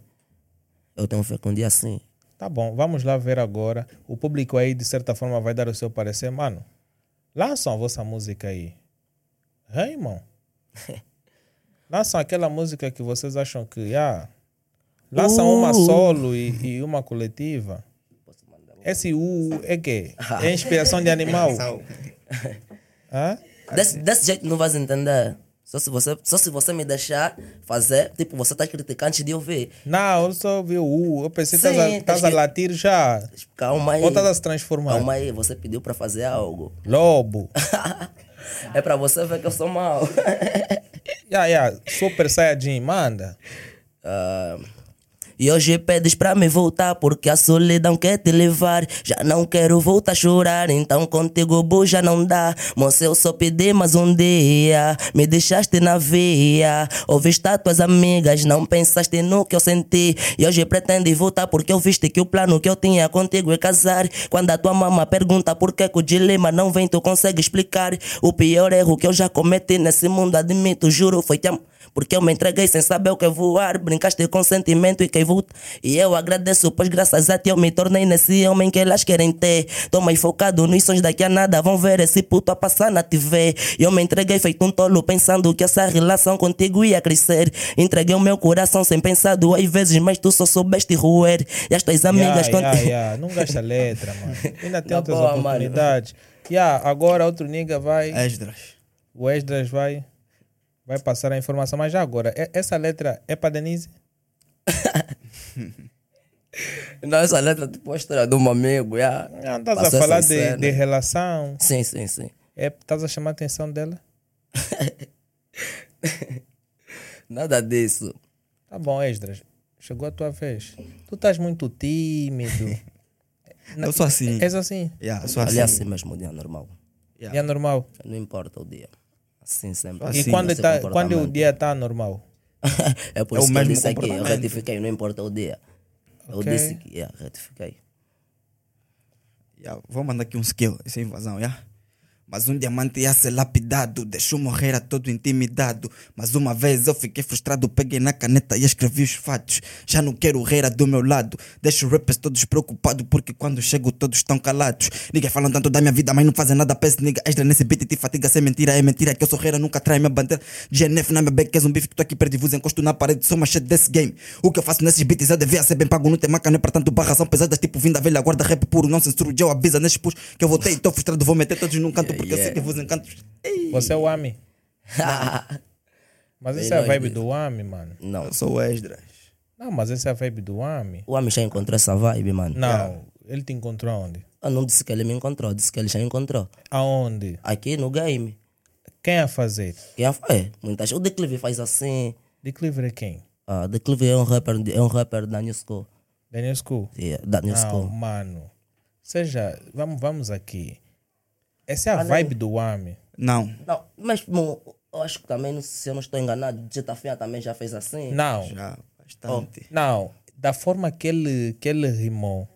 Eu tenho fé que um dia sim. Tá bom, vamos lá ver agora. O público aí, de certa forma, vai dar o seu parecer. Mano, lançam a vossa música aí. Hã, irmão? lançam aquela música que vocês acham que. Ah, lançam uma Uh! solo e, e uma coletiva. Esse U é quê? Ah. É inspiração de animal. Hã? Desse, desse jeito não vais entender. Só se, você, só se você me deixar fazer, tipo, você tá criticando antes de eu ver. Não, eu só vi o U. Eu pensei que Sim, estás a, tá escrito- É latir já. Tipo, Calma aí. Ou estás a se transformar. Calma aí, você pediu pra fazer algo. Lobo. é pra você ver que eu sou mal. yeah, yeah. Super Saiyajin, manda. Ah, E hoje pedes pra me voltar, porque a solidão quer te levar. Já não quero voltar a chorar, então contigo bu já não dá. Moça, eu só pedi mais um dia, me deixaste na veia. Ouviste as tuas amigas, não pensaste no que eu senti. E hoje pretendes voltar, porque eu viste que o plano que eu tinha contigo é casar. Quando a tua mama pergunta por que, que o dilema não vem, tu consegue explicar. O pior erro que eu já cometi nesse mundo, admito, juro, foi te amar. Porque eu me entreguei sem saber o que é voar. Brincaste com sentimento e quem volta. E eu agradeço, pois graças a ti eu me tornei nesse homem que elas querem ter. Tô mais focado nos sons daqui a nada. Vão ver esse puto a passar na TV. E eu me entreguei feito um tolo, pensando que essa relação contigo ia crescer. Entreguei o meu coração sem pensar duas vezes, mas tu só soubeste roer. E as tuas amigas. Yeah, cont- yeah, yeah. Não gasta letra, mano. Ainda tem Na outras boa, mano. oportunidades. Yeah, agora outro nigga vai. é Esdras. O Esdras vai. Vai passar a informação. Mas já agora, e- essa letra é para Denise? Não, essa letra te postura de um amigo. Yeah. Não, Ah, estás a Ah, Passou essa né? falar de, cena. de relação. Sim, sim, sim. É, estás a chamar a atenção dela? Nada disso. Tá bom, Esdras. Chegou a tua vez. Tu estás muito tímido. Eu sou assim. És assim. Yeah, sou assim. Ali assim mesmo, dia normal. E é normal. Não importa o dia. Assim sempre. E Assim, quando, esse tá- quando o comportamento. dia está normal? é por É o isso que eu mesmo disse aqui, eu comportamento. retifiquei, não importa o dia. Eu Ok. disse que, yeah, retifiquei. Yeah, vou mandar aqui um skill, isso é invasão, yeah? Mas um diamante ia ser lapidado, deixou morrer a todo intimidado. Mas uma vez eu fiquei frustrado, peguei na caneta e escrevi os fatos. Já não quero reira do meu lado, deixo os rappers todos preocupados, porque quando chego todos estão calados. Nigga falam tanto da minha vida, mas não fazem nada pra esse nigga. Extra nesse beat te fatiga, se é mentira, é mentira que eu sou reira, nunca trai minha bandeira. GNF na minha beca, és um bife que tô aqui perdi vos, encosto na parede, sou machete desse game. O que eu faço nesses beats eu devia ser bem pago, não tem maca, não é pra tanto barra, são pesadas, tipo vinda velha, guarda rap puro, não censuro, já avisa nesses pus que eu voltei, tô frustrado, vou meter todos num canto, porque eu sei que vos encantos. Ei, Você é o Ami. Mas essa é a vibe do Ami, mano. Não. eu sou o Esdras. Não, mas essa é a vibe do Ami. O homem já encontrou essa vibe, mano. Não, É. ele te encontrou onde? Eu não disse que ele me encontrou, disse que ele já encontrou. Aonde? Aqui no game. Quem a fazer? Quem é foi? Muitas. O Declive faz assim. Declive é quem? Ah, Declive é um rapper, é um rapper da New School. Daniel School? Yeah, da New Não, School. mano. Seja, vamos, vamos aqui. Essa é a vibe do Ami. Não, Não, mas mo, eu acho que também, não sei se eu não estou enganado, Dita Fia também já fez assim. Não, já, bastante. não. Da forma que ele, que ele rimou,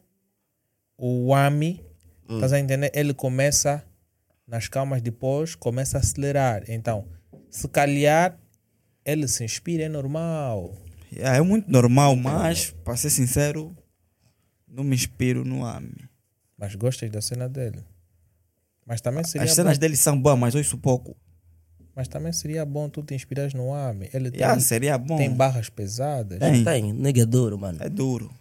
o Ami, Hum. estás a entender? Ele começa nas calmas, depois começa a acelerar. Então, se calhar, ele se inspira, é normal. Yeah, é muito normal, mas, pra ser sincero, não me inspiro no AME. Mas gostas da cena dele. Mas também seria As bom, cenas dele são boas, mas ouço pouco. mas também seria bom tu te inspirares no Ami. Ele tem, Yeah, seria bom. tem barras pesadas. Tem. Tem, nigga é duro, mano. É duro.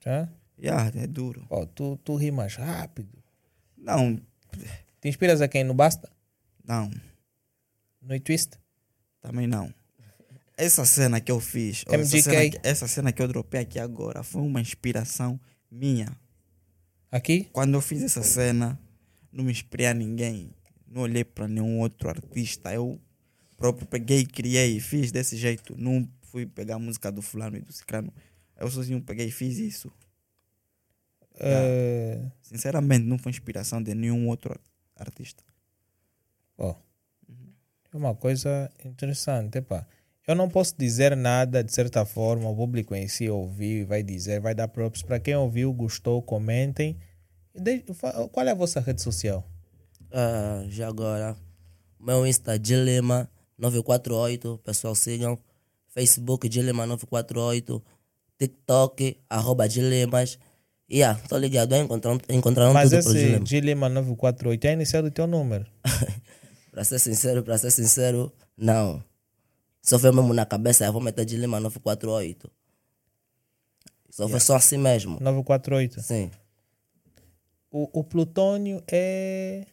tá? Yeah, é duro. Ó, tu, tu rimas rápido. Não, Te inspiras a quem? No Basta? não, No Twist? também não. Essa cena que eu fiz, ou essa MGK. cena, que- essa cena que eu dropei aqui agora, foi uma inspiração minha. Aqui? Quando eu fiz essa cena, não me inspirei a ninguém. Não olhei para nenhum outro artista. Eu próprio peguei, criei e fiz desse jeito. Não fui pegar a música do fulano e do cicrano. Eu sozinho peguei e fiz isso. eh, Sinceramente, não foi inspiração de nenhum outro ar- artista. ó, é uma coisa interessante, epá. Eu não posso dizer nada, de certa forma, o público em si ouviu e vai dizer, vai dar props. Para quem ouviu, gostou, comentem. E de- fa- qual é a vossa rede social? Ah, já agora. Meu Insta Dilema 948, pessoal sigam. Facebook Dilema 948, TikTok arroba Dilemas. E yeah, tô ligado, é, encontraram, encontraram Mas assim, tudo pro esse Dilema. Dilema 948 é inicial do teu número. Pra ser sincero, pra ser sincero, não. Se eu ver mesmo na cabeça, eu vou meter Dilema 948. Se eu ver só assim mesmo. 948. Sim. O, o plutônio é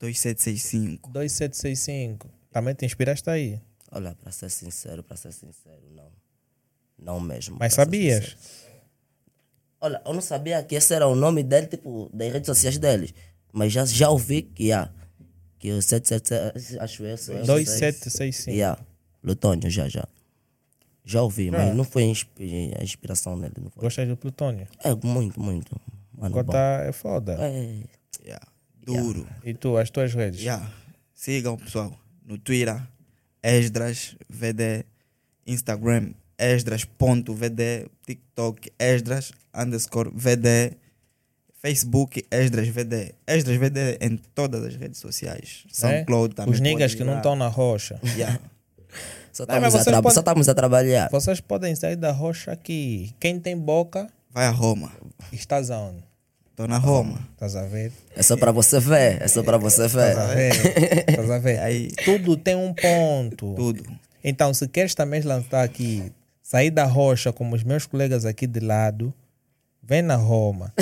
2765. 2765. Também te inspiraste aí. Olha, pra ser sincero, pra ser sincero, não. Não mesmo. Mas pra ser sincero. sabias? Olha, eu não sabia que esse era o nome dele, tipo, das redes sociais deles. Mas já, já ouvi que, ah, que o 777, acho eu, sou eu. não sei. 2765. Yeah, Plutônio, já, já. Já ouvi, É. mas não foi a inspi- a inspiração dele. Não foi. Gostas do Plutônio? É, muito, muito. Mano, bom. Gota é foda. É, Yeah. Duro. E tu, as tuas redes? Né? Yeah. Sigam, pessoal, no Twitter, esdrasvd, Instagram, esdras.vd, TikTok, esdras, underscore vd, Facebook, esdrasvd. Esdrasvd em todas as redes sociais. Né? SoundCloud também. Os niggas podem que não ir lá. estão na rocha. Yeah. Só Não, mas estamos a, vocês traba- podem- só estamos a trabalhar. Vocês podem sair da rocha aqui. Quem tem boca, Vai a Roma. estás aonde? Tô na Roma. Estás Tá a ver? É só para você ver. É só para você ver. Estás a ver? Estás a ver? Aí, Tudo tem um ponto. tudo. Então, se queres também lançar aqui, sair da rocha como os meus colegas aqui de lado, vem na Roma.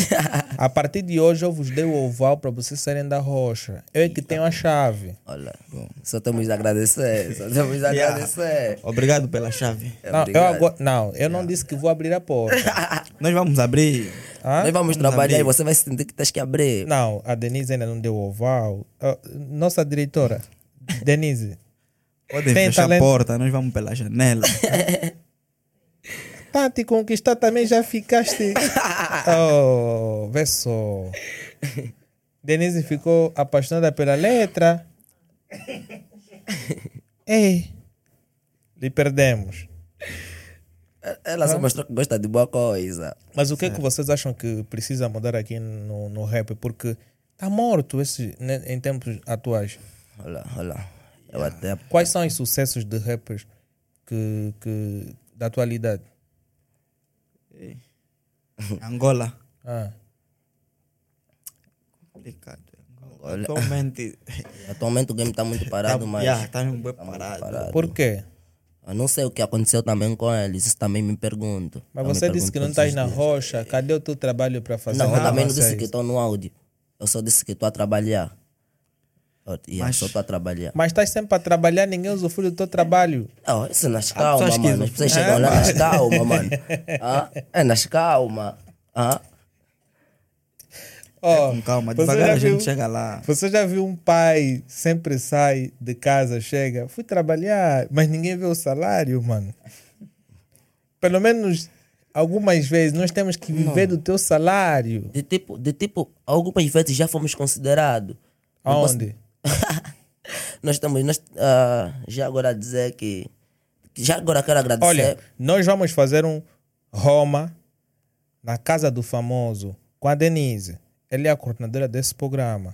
A partir de hoje eu vos dei o oval para vocês saírem da rocha. Eu é que tenho a chave. Olha, só temos de agradecer. Só temos de Yeah. agradecer. Obrigado pela chave. Não, eu, É, Obrigado. agora, não, eu não disse que vou abrir a porta. tá? Nós vamos abrir. Hã? Nós Vamos vamos trabalhar abrir. e você vai sentir que tens que abrir. Não, a Denise ainda não deu o oval. Ah, Nossa diretora, Denise, Podem Tem fechar talento. a porta, nós vamos pela janela. Pra te conquistar também já ficaste. Oh, vê só. Denise ficou apaixonada pela letra. Ei, lhe perdemos. Ela só mostrou que gosta de boa coisa. Mas o que é que vocês acham que precisa mudar aqui no, no rap? Porque tá morto esse, né, em tempos atuais. Olha, olha. Eu até. Quais são os sucessos de rappers que, que, da atualidade? Angola. Ah, Complicado. Olha. Atualmente. Atualmente o game está muito parado, mas. Yeah, tá um bem parado. parado. por quê? Eu não sei o que aconteceu também com eles, isso também me pergunto. Mas Eu Tá me você disse pergunto que não estás todos os na dias. rocha. Cadê o teu trabalho para fazer? Não, eu nada também não mais disse que aí? estou no áudio. Eu só disse que estou a trabalhar. Eu, yeah, Mas- só estou a trabalhar. Mas estás sempre para trabalhar, ninguém usufrui do teu trabalho. Não, isso é Ah, nas pessoas calmas, que- mano. As É, pessoas chegam lá nas calmas, mano. Ah, é nas calmas. Ah, Ó, Com calma, você devagar já a gente é, viu- chega lá. Você já viu um pai sempre sai de casa, chega, fui trabalhar, mas ninguém vê o salário, mano. Pelo menos algumas vezes nós temos que viver do teu salário. de tipo, de tipo, algumas vezes já fomos considerados. Não posso- Aonde? Nós estamos, nós, ah, já agora dizer que, que já agora quero agradecer. Olha, nós vamos fazer um Roma na casa do famoso com a Denise. Ela é a coordenadora desse programa.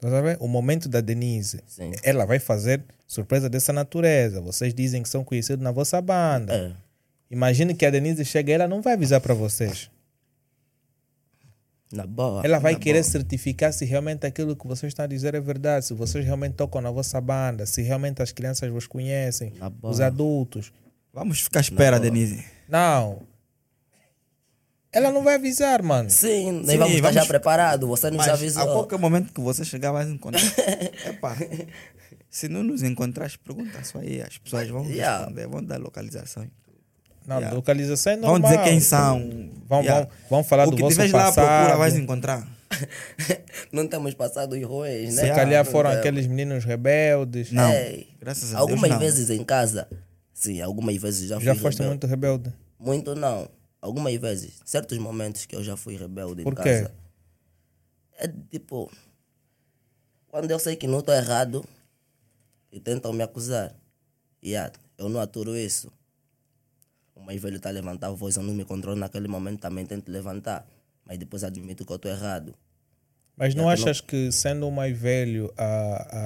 Tá sabendo? O momento da Denise. Sim. Ela vai fazer surpresa dessa natureza. Vocês dizem que são conhecidos na vossa banda. É. Imagine que a Denise chega, ela não vai avisar para vocês. na boa. Ela vai tá querer bom. certificar se realmente aquilo que vocês estão a dizer é verdade, se vocês realmente tocam na vossa banda, se realmente as crianças vos conhecem, Tá bom. os adultos. Vamos ficar à espera, Denise. Não. Ela não vai avisar, mano. Sim, nós Sim, vamos estar já vamos- preparados. Você nos Mas avisou. a qualquer momento que você chegar, vai nos encontrar. Epa, se não nos encontrares, pergunta só aí. As pessoas vão Yeah. responder, vão dar localização. e tudo. Não, Yeah. localização é Vão normal. dizer quem são. Vão- vão- vão falar o do que vosso tiveres lá à procura, passado. vais encontrar. Não temos passado os ruins, né? Se calhar Não foram temos. aqueles meninos rebeldes. Não. Ei, Graças a algumas Deus, não. vezes em casa. Sim, algumas vezes já fui Já foste rebelde. muito rebelde. Muito não. Algumas vezes. Certos momentos que eu já fui rebelde Por em quê? casa. É tipo. Quando eu sei que não estou errado, e tentam me acusar. E ah, eu não aturo isso. O mais velho está a levantar a voz, eu não me controlo naquele momento, também tento levantar. Mas depois admito que eu estou errado. Mas não É, Yeah, achas que, sendo o mais velho a,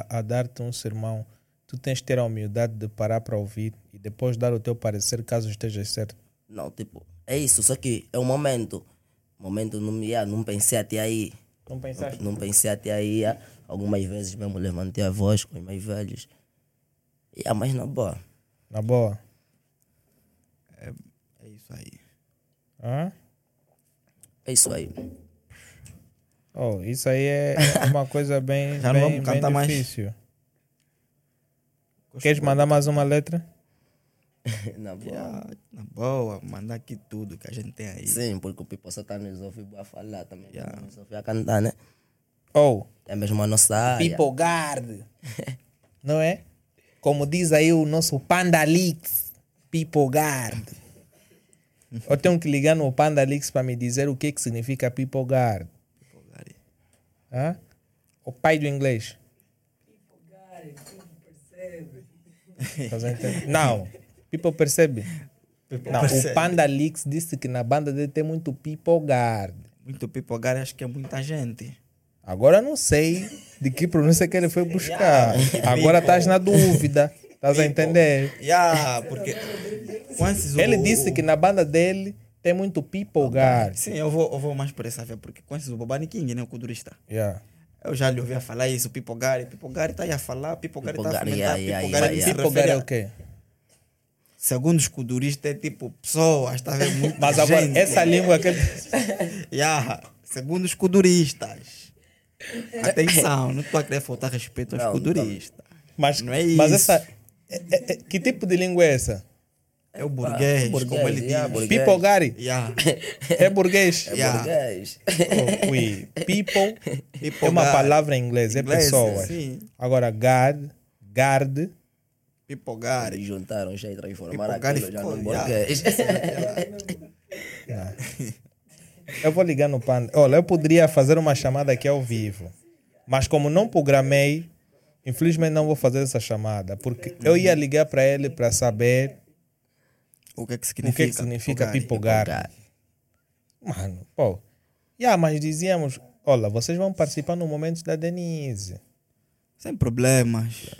a, a dar-te um sermão, tu tens de ter a humildade de parar para ouvir e depois dar o teu parecer caso estejas certo? Não, tipo, é isso, só que é um momento. Momento não me ah, não pensei até aí. Não Não, pensaste? não pensei até aí. ah. Algumas vezes mesmo levantei a voz com os mais velhos. E a mais na boa. Na boa. É isso aí. Hã? É isso aí. Oh, isso aí é uma coisa bem, Já não bem, vamos bem cantar mais. difícil. Gosto Queres muito. mandar mais uma letra? na boa. Yeah, Ah, na boa, mandar aqui tudo que a gente tem aí. Sim, porque o Pipo só tá nos ouvindo a falar também. Yeah. Tá nos ouvindo a cantar, né? Oh, É mesmo a nossa área. People Guard. não é? Como diz aí o nosso Pandalix. People Guard. Eu tenho que ligar no Panda Leaks para me dizer o que, que significa People Guard. Hã? O pai do inglês. Estás a entender? Não. People percebe. Não, o percebe. Panda Leaks disse que na banda dele tem muito People Guard. Muito people guard, acho que é muita gente. Agora eu não sei de que pronúncia que ele foi buscar. Agora estás na dúvida. tá Estás a entender? Yeah, porque. Quantos Ele disse que na banda dele tem muito People Guard. Sim, eu vou, eu vou mais por essa via, porque conheces o Bobani King, né? O culturista. Yeah. Eu já lhe ouvi a falar isso, Pipo Gary. Pipo Gary tá aí a falar, Pipo Gary tá a Pipogari, fomentar, yeah, yeah, Pipo yeah, Gary yeah. se People Guard refere é a- o quê? Segundo os culturistas, é tipo pessoas, tá vendo? Muita Mas agora, gente. né? essa língua que ele. Yeah, segundo os culturistas. Atenção, não tô a querer faltar respeito aos Não, não tá. culturistas. Mas, Não é isso. mas essa. é- é- é- que tipo de língua é essa? É o burguês, como ele diz. yeah, Ah, burguês. People Gary? Yeah. É burguês? Yeah. Burguês. Oh, oui. People, People é uma guard. palavra em inglês, é Inglês, pessoas. sim. Agora, guard, guard, Pipo Gary. Eles juntaram já e transformaram Pipogari aquilo já ficou, num yeah. burguês. Eu vou ligar no Panda. Olha, eu poderia fazer uma chamada aqui ao vivo. Mas como não programei, infelizmente não vou fazer essa chamada. Porque eu ia ligar para ele para saber O que é que o significa? que, que significa Pipogari? pipogar. Mano, pô. Yeah, mas dizíamos, olha, vocês vão participar no momento da Denise. Sem problemas.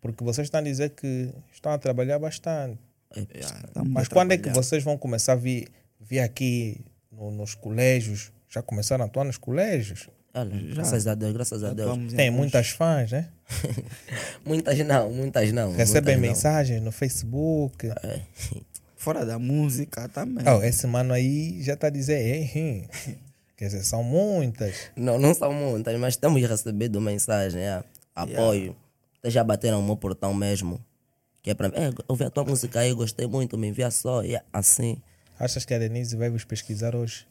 Porque vocês estão a dizer que estão a trabalhar bastante. Yeah, tamo Mas a quando é que trabalhar. vocês vão começar a vir, vir aqui no- nos colégios? Já começaram a atuar nos colégios? Olha, graças a Deus, graças a Deus. Vamos em Tem muitas fãs, né? Muitas não, muitas não. Recebem muitas mensagens no Facebook. não. É. Fora da música também. Oh, esse mano aí já está a dizer, "Ei, hum." quer dizer, são muitas. Não, não são muitas, mas estamos recebido mensagem, é. apoio. Até já bateram o meu portão mesmo. Que é pra mim, é, ouvi a tua música aí, gostei muito, me envia só, e é assim. Achas que a Denise vai vos pesquisar hoje?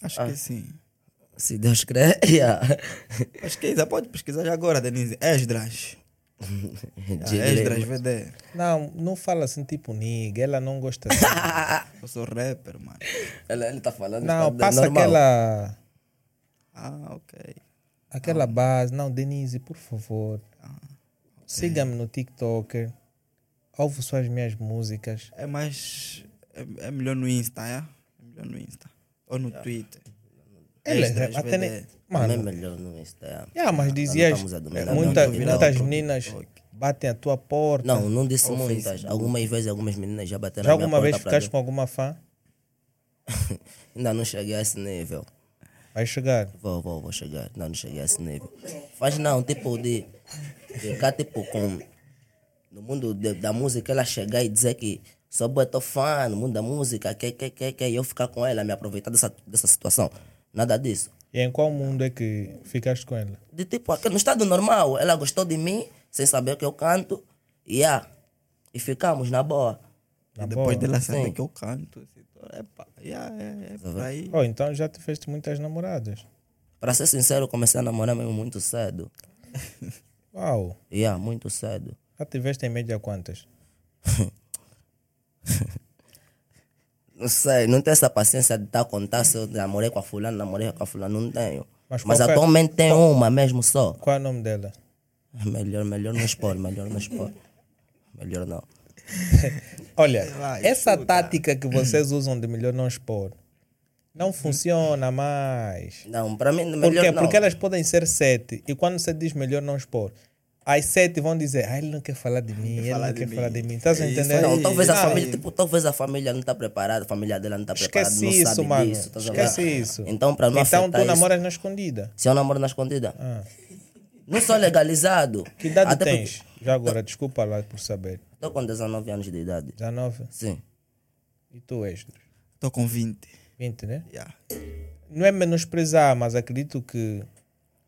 é. Acho que sim. Se Deus crer, yeah. Pesquisa, pode pesquisar já agora, Denise. Esdras. É, Ah, Esdras Direito. VD. Não, não fala assim tipo nigga, ela não gosta assim. Eu sou rapper, mano. Ele, ele tá falando. Não, tá passa normal. aquela, Ah, ok. aquela base. Não, Denise, por favor, Ah, é. siga-me no TikToker. Ouve só as minhas músicas. É mais. É, é melhor no Insta, é? É melhor no Insta. Ou no Twitter. É Ele Extras, até nem- VD. Também Mano, melhor no Insta. é. yeah, mas Não dizias, estamos a eh, dominar muita- muito, não. muitas meninas batem a tua porta. Não, não disse muitas. Algumas vezes, algumas meninas já bateram Já na minha alguma vez porta é pra ficaste ver. com alguma fã? Ainda não cheguei a esse nível. Vai chegar. Vou, vou, vou chegar. Não, não cheguei a esse nível. Mas não, tipo, de de ficar, tipo, com. No mundo de- da música, ela chegar e dizer que sou boa, tô fã, no mundo da música, que, que, que, que, e eu ficar com ela, me aproveitar dessa, dessa situação. Nada disso. E em qual mundo é que ficaste com ela? De tipo, aqui no estado normal, ela gostou de mim, sem saber que eu canto, e ah, e ficamos na boa. Na E boa. depois dela saber Sim. que eu canto. assim, então, É pá. Yeah, é, é por aí. Oh, então já te fez muitas namoradas. Pra ser sincero, eu comecei a namorar mesmo muito cedo. Uau. E ah, muito cedo. Já tiveste em média quantas? Não sei, não tenho essa paciência de estar a contar se eu namorei com a fulana, namorei com a fulana, não tenho. Mas Mas, oh, qual é foi- atualmente tem uma mesmo só. Qual é o nome dela? Melhor, melhor não expor, melhor não expor. Melhor não. Olha, Vai, essa né? tática que vocês usam de melhor não expor não funciona mais. Não, pra mim Uhum. melhor Por quê? não. Porque elas podem ser sete. E quando você diz melhor não expor, as sete vão dizer, ah, ele não quer falar de mim, ele falar não de quer mim." falar de mim. Estás É isso entendendo? aí. Não, talvez a Não, família, tipo, talvez a família não tá preparada, a família dela não tá preparada, Esquece não isso, sabe mano. disso. tá ligado? Esquece isso. Então, pra não Então afetar tu isso, namoras na escondida. se eu namoro na escondida, não sou legalizado. Que idade Até tens? porque- Já agora, desculpa lá por saber. Tô com 19 anos de idade. 19? Sim. E tu, Esdras? Tô com 20. 20, né? Yeah. Não é menosprezar, mas acredito que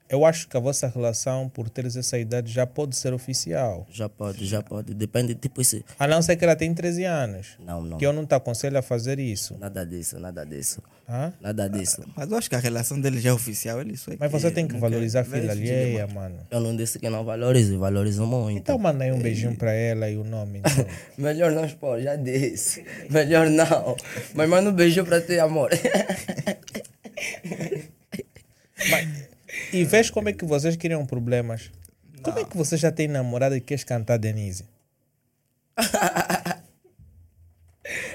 Eu acho que a vossa relação, por teres essa idade, já pode ser oficial. Já pode, já pode. Depende, tipo isso. A não ser que ela tem 13 anos. Não, não. Que eu não te aconselho a fazer isso. Nada disso, nada disso. Hã? Nada disso. Mas eu acho que a relação dele já é oficial, ele só é Mas você tem que não valorizar é a quer- filha Vê, alheia, mano. Eu não disse que não valorizo, valorizo muito. Então manda aí um beijinho pra ela e o nome. então. Melhor não expor, já disse. Melhor não. Mas manda um beijo pra ti, amor. Mas- e vês como é que vocês criam problemas. Como é que você já tem namorada e queres cantar Denise?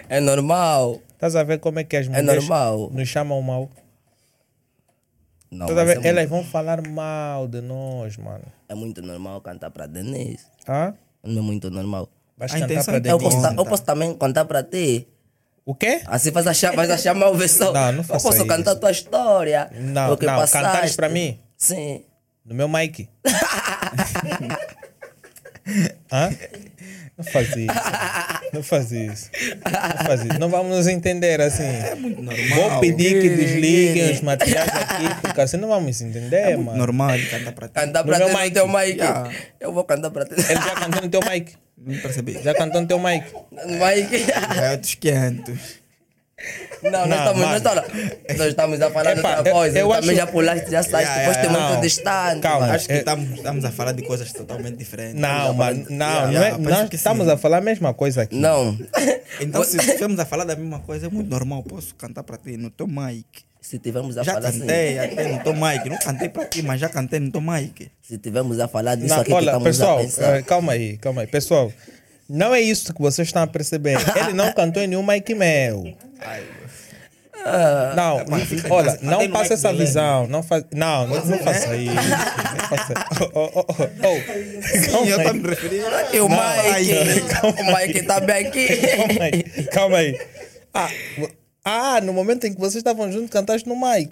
É normal. Estás a ver como é que as mulheres normal. nos chamam mal? Não, Estás a mas ver? é, Elas vão falar mal de nós, mano. mu- é muito normal cantar pra Denise. Hã? Não é muito normal. Vais A cantar intenção para é que eu Eu Denise. tá. posso, ta- eu posso também contar pra ti. O quê? Assim faz achar, faz achar mal versão. Não, não Eu faça posso isso. cantar tua história. Não, o que não, passaste. cantares pra mim? Sim. No meu mic. Hã? Não faz isso. Não faz isso. Não faz isso. Não vamos nos entender assim. É, Normal. Vou pedir que Guiri, desliguem guiri. os materiais aqui, porque assim não vamos É entender, mano. Normal, ele canta pra ti. Cantar No pra meu ti no mic. Ah. É- teu mic. Yeah. Eu vou cantar pra ti. Ele já cantou no teu mic. Não percebi. Já Já cantou no teu mic. No mic. é outros 500. Não, Não, nós estamos, É, mano. nós estamos, nós estamos a falar de Epa, outra eu- coisa. eu Eu também acho- já pulaste, já saíste, Yeah, depois te yeah, muito não. distante. Calma. mano. Acho que É- estamos estamos a falar de coisas totalmente diferentes. Não, mano. Não, não Yeah, é, parece nós que estamos sim. a falar a mesma coisa aqui. Não. Então, se estivermos a falar da mesma coisa, é muito normal. Posso cantar pra ti no teu mic. Se tivermos a Já falar assim, cantei até no teu mic. Não cantei pra ti, mas já cantei no teu mic. se tivermos a falar disso Não, aqui que olha, estamos pessoal, a pensar. eh, calma aí, calma aí. Pessoal, não é isso que vocês estão a perceber. Ele não cantou em nenhum mic meu. Não, olha, até não no passa mic essa do Lenny. visão. Não, faz, não, não, não faça isso. Não faça Oh, oh, oh, oh. Sim, Calma eu tô aí, me referindo. E o Não, Mike, calma o Mike tá bem aqui. calma aí. Calma aí. Ah, vo- ah, no momento em que vocês estavam juntos, cantaste no mic.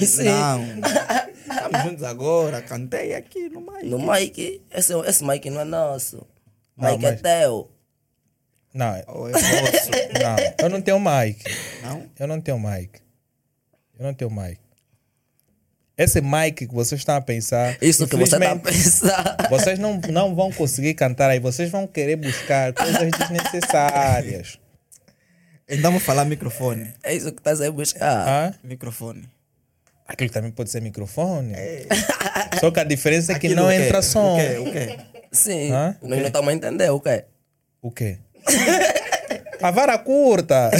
Sim. Não. Estamos juntos agora. Cantei aqui no mic. No Mike, esse, esse Mike não é nosso. Não, Mike é mas- teu. Não, Ou é vosso. não, eu não tenho mic. Não? Eu não tenho mic. Eu não tenho mic. Esse mic que vocês estão a pensar. Isso que você tá a infelizmente, pensar. Vocês não, não vão conseguir cantar aí. Vocês vão querer buscar coisas desnecessárias. Então vou falar microfone. É isso que estás aí buscar. Hã? Microfone. Aquilo também pode ser microfone. Só que a diferença é que É. Aquilo não o quê? entra som. O quê? O quê? Sim. Hã? Nós não estamos a entender o quê? O quê? A vara curta.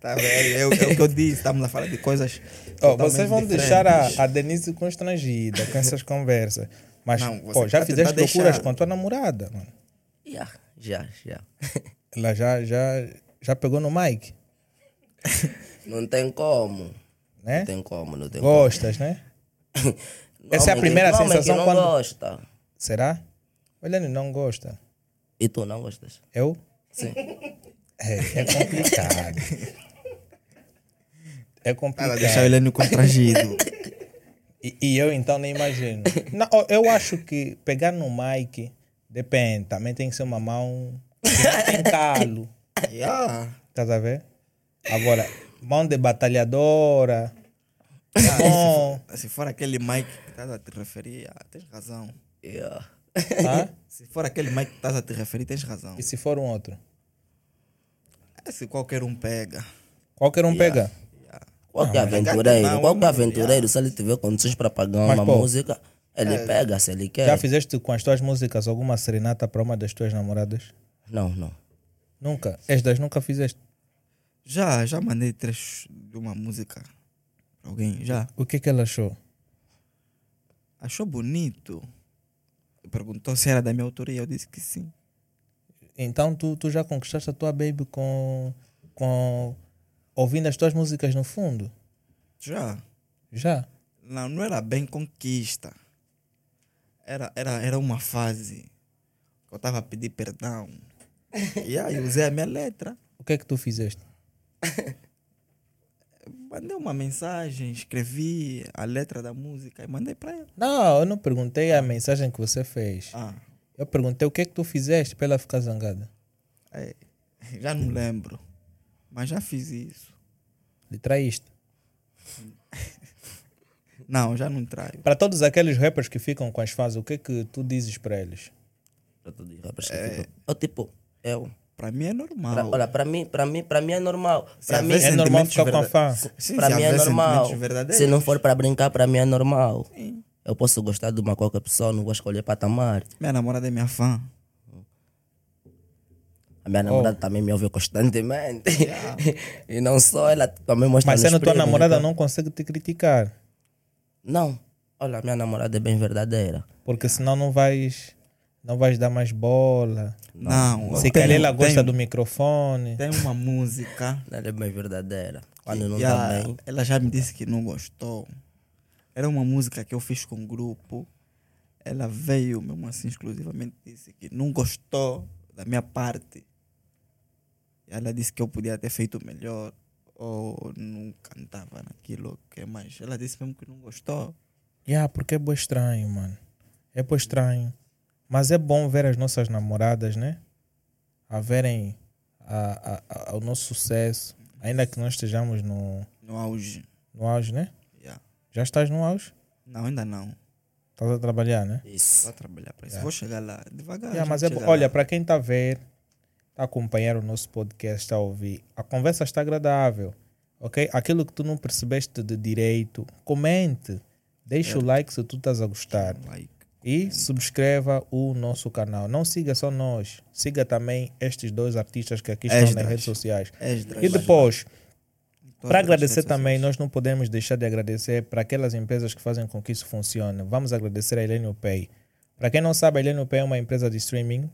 Tá velho, é, o- é o que eu disse. Estamos a falar de coisas. Ó, totalmente vocês vão diferentes. deixar a, a Denise constrangida com essas conversas. Mas, Não, você pô, já tá fizeste tentando deixar. loucuras com a tua namorada, mano. Já, já, já. Ela já, já, já pegou no mic, Não tem como. né? Não tem um como, não tem Gostas, né? como. Essa é a Homem que- primeira homem sensação que não quando- gosta. Será? Olhando, não gosta. E tu não gostas? Eu? Sim. É, é complicado. É Ela complicado. deixar o Heleno constrangido. E, e eu então nem imagino. Não, ó, eu acho que pegar no mic, depende, também tem que ser uma mão que não tem calo. yeah. Estás a ver? Agora, mão de batalhadora. Tá bom. Se for aquele mic que estás a te referir, ah, tens razão. Yeah. Hã? Se for aquele mic que estás a te referir, tens razão. tá? E se for um outro? É se qualquer um pega. Qualquer um pega. Qualquer Ah, aventureiro, não, qualquer não, aventureiro, se ele tiver condições para pagar Mas, uma pô, é, música, ele pega se ele quer. Já fizeste com as tuas músicas alguma serenata para uma das tuas namoradas? Não, não. Nunca. Estas nunca fizeste. Já, já mandei trechos de uma música pra alguém. Já. O que que ela achou? Achou bonito? Perguntou se era da minha autoria. Eu disse que sim. Então tu, tu já conquistaste a tua baby com, com ouvindo as tuas músicas no fundo? Já. Já? Não, não era bem conquista. Era, era, era uma fase. Eu tava a pedir perdão. E aí usei a minha letra. O que é que tu fizeste? Mandei uma mensagem, escrevi a letra da música e mandei pra ela. Não, eu não perguntei a mensagem que você fez. Ah, Eu perguntei o que é que tu fizeste para ela ficar zangada. é, já não lembro. Mas já fiz isso. Lhe traíste. Não, já não traio. Para todos aqueles rappers que ficam com as fãs, o que é que tu dizes para eles? Pra tu dizer, rapaz, É. que tipo, eu tipo, eu. Para mim é normal. pra- olha, pra mim, pra mim, pra mim é normal. Se Pra mim, haver É normal sentimentos ficar com a fã. verda- Sim, pra se mim é haver normal. sentimentos verdadeiros. Se não for pra brincar, pra mim é normal. Sim. Eu posso gostar de uma qualquer pessoa, não vou escolher patamar. Minha namorada é minha fã. A Oh. minha namorada também me ouve constantemente. e não só, ela também mostra Mas nos sendo tua prêmios, namorada, então- não consegue te criticar. Não. Olha, a minha namorada é bem verdadeira. Porque senão não vais, não vais dar mais bola. Não. Se eu calhar tenho- ela gosta tenho- do microfone. Tem uma música. Ela é bem verdadeira. Quando que não já- tá bem. Ela já me disse que não gostou. Era uma música que eu fiz com um grupo. Ela veio, mesmo assim, exclusivamente, disse que não gostou da minha parte. Ela disse que eu podia ter feito melhor. Ou não cantava naquilo, ou que é mais. Ela disse mesmo que não gostou. Yeah, porque é boa estranho, mano. É boa estranho. Mas é bom ver as nossas namoradas, né? A verem a, a- a- o nosso sucesso. Ainda que nós estejamos no, No auge. no auge, né? Yeah. Já estás no auge? Não, ainda não. Estás a trabalhar, né? Isso. Vou trabalhar para isso. Vou chegar lá devagar. Yeah, a mas é gente bom. chega Olha, lá. para quem está a ver, está a acompanhar o nosso podcast, está a ouvir, a conversa está agradável, ok? Aquilo que tu não percebeste de direito, comente. Deixa É. o like se tu estás a gostar. Like. E subscreva o nosso canal. Não siga só nós, siga também estes dois artistas que aqui estão nas Extras. redes sociais. Extras. E depois, Todas para as assim. agradecer redes também, sociais. nós não podemos deixar de agradecer para aquelas empresas que fazem com que isso funcione. Vamos agradecer a Helene Pay. Para quem não sabe, a Helene Pay é uma empresa de streaming.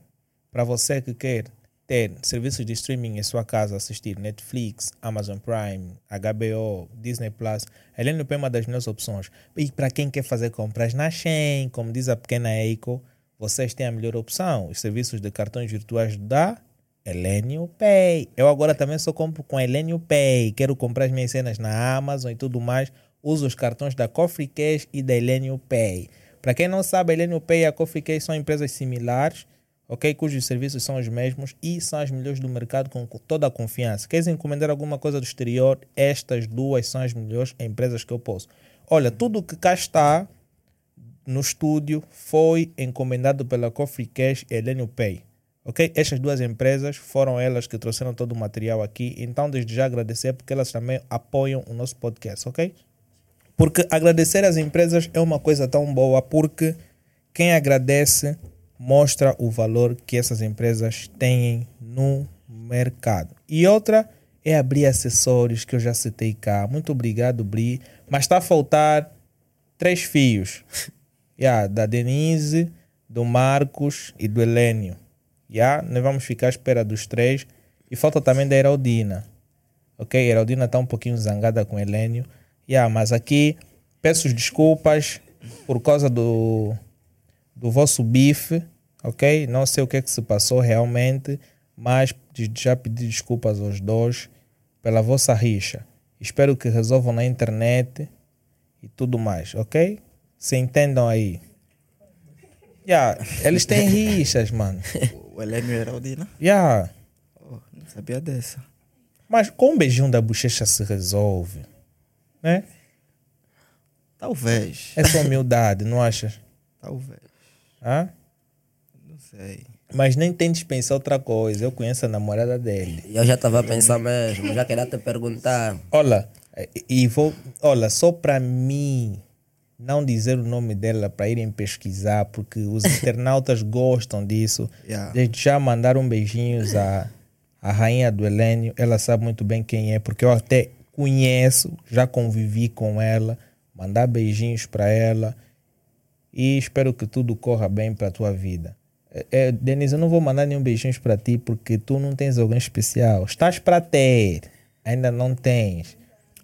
Para você que quer ter serviços de streaming em sua casa, assistir Netflix, Amazon Prime, HBO, Disney Plus, a Helene Pay é uma das melhores opções. E para quem quer fazer compras na Shein, como diz a pequena Eiko, vocês têm a melhor opção, os serviços de cartões virtuais da Elenio Pay. Eu agora também só compro com Elenio Pay. Quero comprar as minhas cenas na Amazon e tudo mais. Uso os cartões da Coffee Cash e da Elenio Pay. Para quem não sabe, a Elenio Pay e a Coffee Cash são empresas similares, ok? Cujos serviços são os mesmos e são as melhores do mercado com co- toda a confiança. Queres encomendar alguma coisa do exterior? Estas duas são as melhores empresas que eu posso. Olha, tudo que cá está no estúdio foi encomendado pela Coffee Cash e Elenio Pay. Ok? Estas duas empresas foram elas que trouxeram todo o material aqui. Então, desde já agradecer porque elas também apoiam o nosso podcast, ok? Porque agradecer às empresas é uma coisa tão boa, porque quem agradece mostra o valor que essas empresas têm no mercado. E outra é abrir acessórios, que eu já citei cá. Muito obrigado, Bri. Mas está a faltar três fios. Yeah, da Denise, do Marcos e do Helênio. Yeah, nós vamos ficar à espera dos três. E falta também da Heraldina. Ok? A Heraldina está um pouquinho zangada com o Helênio. Yeah, mas aqui peço desculpas por causa do, do vosso bife. Ok? Não sei o que é que se passou realmente. Mas de- já pedi desculpas aos dois pela vossa rixa. Espero que resolvam na internet e tudo mais, ok? Se entendam aí. Yeah, eles têm rixas, mano. O né? Helênio Heraldina. Yeah. Oh, não sabia dessa. Mas com um beijinho da bochecha se resolve, né? Talvez. É só humildade, não achas? Talvez. Hã? Não sei. Mas nem tentes pensar outra coisa. Eu conheço a namorada dele. Eu já estava a pensar mesmo, já queria te perguntar. Olha, e- e vou. Olha, só para mim não dizer o nome dela para irem pesquisar, porque os internautas gostam disso. Yeah. Desde já mandaram beijinhos à, à rainha do Helênio. Ela sabe muito bem quem é, porque eu até conheço, já convivi com ela. Mandar beijinhos para ela. E espero que tudo corra bem para tua vida. É, é, Denise, eu não vou mandar nenhum beijinhos para ti porque tu não tens alguém especial. Estás para ter, ainda não tens.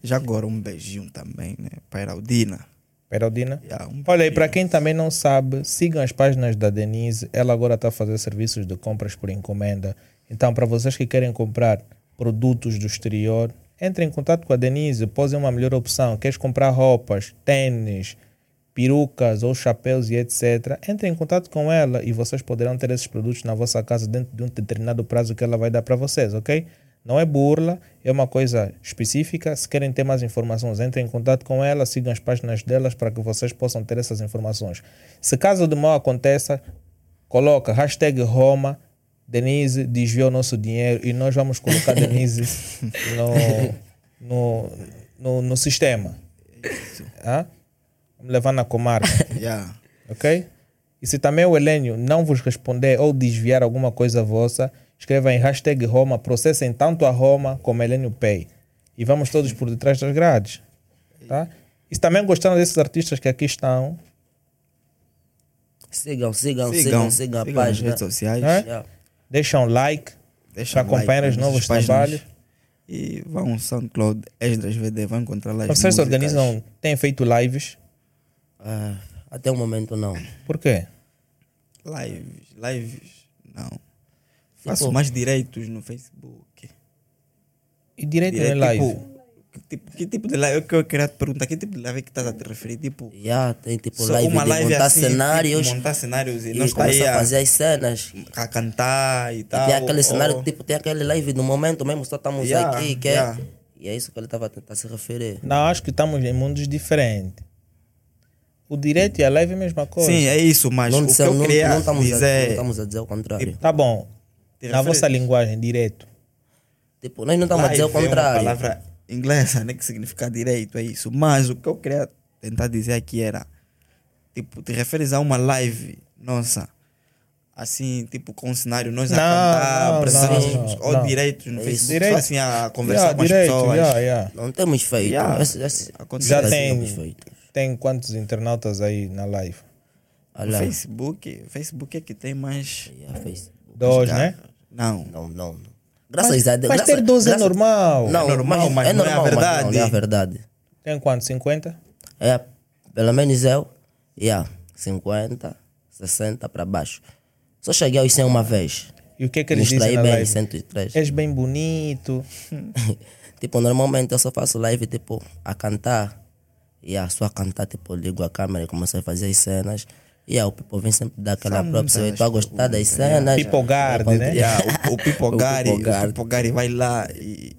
Já agora um beijinho também, né? Para Heraldina. Peraldina? Yeah, um Olha, e para quem também não sabe, sigam as páginas da Denise. Ela agora está a fazer serviços de compras por encomenda. Então, para vocês que querem comprar produtos do exterior, entrem em contato com a Denise, posem uma melhor opção. Queres comprar roupas, tênis, perucas ou chapéus e etc. Entrem em contato com ela e vocês poderão ter esses produtos na vossa casa dentro de um determinado prazo que ela vai dar para vocês, ok? Não é burla, é uma coisa específica. Se querem ter mais informações, entrem em contato com ela, sigam as páginas delas para que vocês possam ter essas informações. Se caso de mal aconteça, coloca hashtag Roma, Denise desviou nosso dinheiro e nós vamos colocar Denise no, no, no, no sistema. Hã? Vamos levar na comarca, Yeah. ok? E se também é o Helênio não vos responder ou desviar alguma coisa vossa, escreva em hashtag Roma, processem tanto a Roma como a Helênio Pay. E vamos todos por detrás das grades. Tá? E se também gostaram desses artistas que aqui estão, Sigam, Sigam, sigam, sigam, sigam a sigam nas página. redes sociais. É? Yeah. deixam um like Deixa para acompanhar os novos trabalhos. E vão ao SoundCloud, Extras VD, vão encontrar lá as Vocês se músicas. organizam, têm feito lives. Ah, até o momento não. Por quê? Lives, lives, não. Tipo- Faço mais direitos no Facebook. E direito Direito, em live. Tipo, que, tipo, que tipo de live? Eu, que eu queria te perguntar, que tipo de live é que estás a te referir? Tipo, Yeah, tem tipo só live uma de live montar assim, cenários tipo, montar cenários e, e não Tá está aí começar a a, fazer as cenas. a cantar e tal. tem aquele ou- cenário, tipo, tem aquele live no momento mesmo, só estamos Yeah, aqui, que yeah. é... E é isso que ele estava a tentar se referir. Não, acho que estamos em mundos diferentes. O direito e a live é a mesma coisa. Sim, é isso, mas Não, o que dissemos- eu não, queria não, estamos a, não dizer... é estamos a dizer o contrário. Tá bom. Te Na referes- vossa linguagem, direto. Tipo, nós não estamos a dizer o Live é uma contrário. palavra inglesa, né? Que significa direito, é isso. Mas o que eu queria tentar dizer aqui era: tipo, te referes a uma live, nossa. Assim, tipo, com um cenário, nós a Não, cantar, não, apresentando não, os- não, ou não. direitos no É isso. Facebook, Direito. assim, a conversar Yeah, com as direito, pessoas. é assim yeah, yeah. Não temos feito. Yeah. Esse- esse- Acontece. Já esse tem, temos feito. tem quantos internautas aí na live? O Olha lá. Facebook, o Facebook é que tem mais. Yeah, Facebook. Dois, né? Não. Não, não. não. Graças a Deus. Mas graças- ter 12 é graças- normal. Não, É normal, mas, mas é não é a normal, mas verdade. não é a verdade. Tem quantos? 50? É, pelo menos eu, yeah, 50, 60 para baixo. Só cheguei aos 100 uma vez. E o que é que Me eles dizem extraí na bem, live? É 103. És bem bonito. tipo, normalmente eu só faço live, tipo, a cantar. E yeah, só a cantar, tipo, ligo a câmera e começo a fazer as cenas. E yeah, o people vem sempre dar aquela São props. Eu muitas estou a gostar das cenas. People guard, né? Yeah, Ah, o, o O Pipogari, o Pipogari. Pipogari vai lá e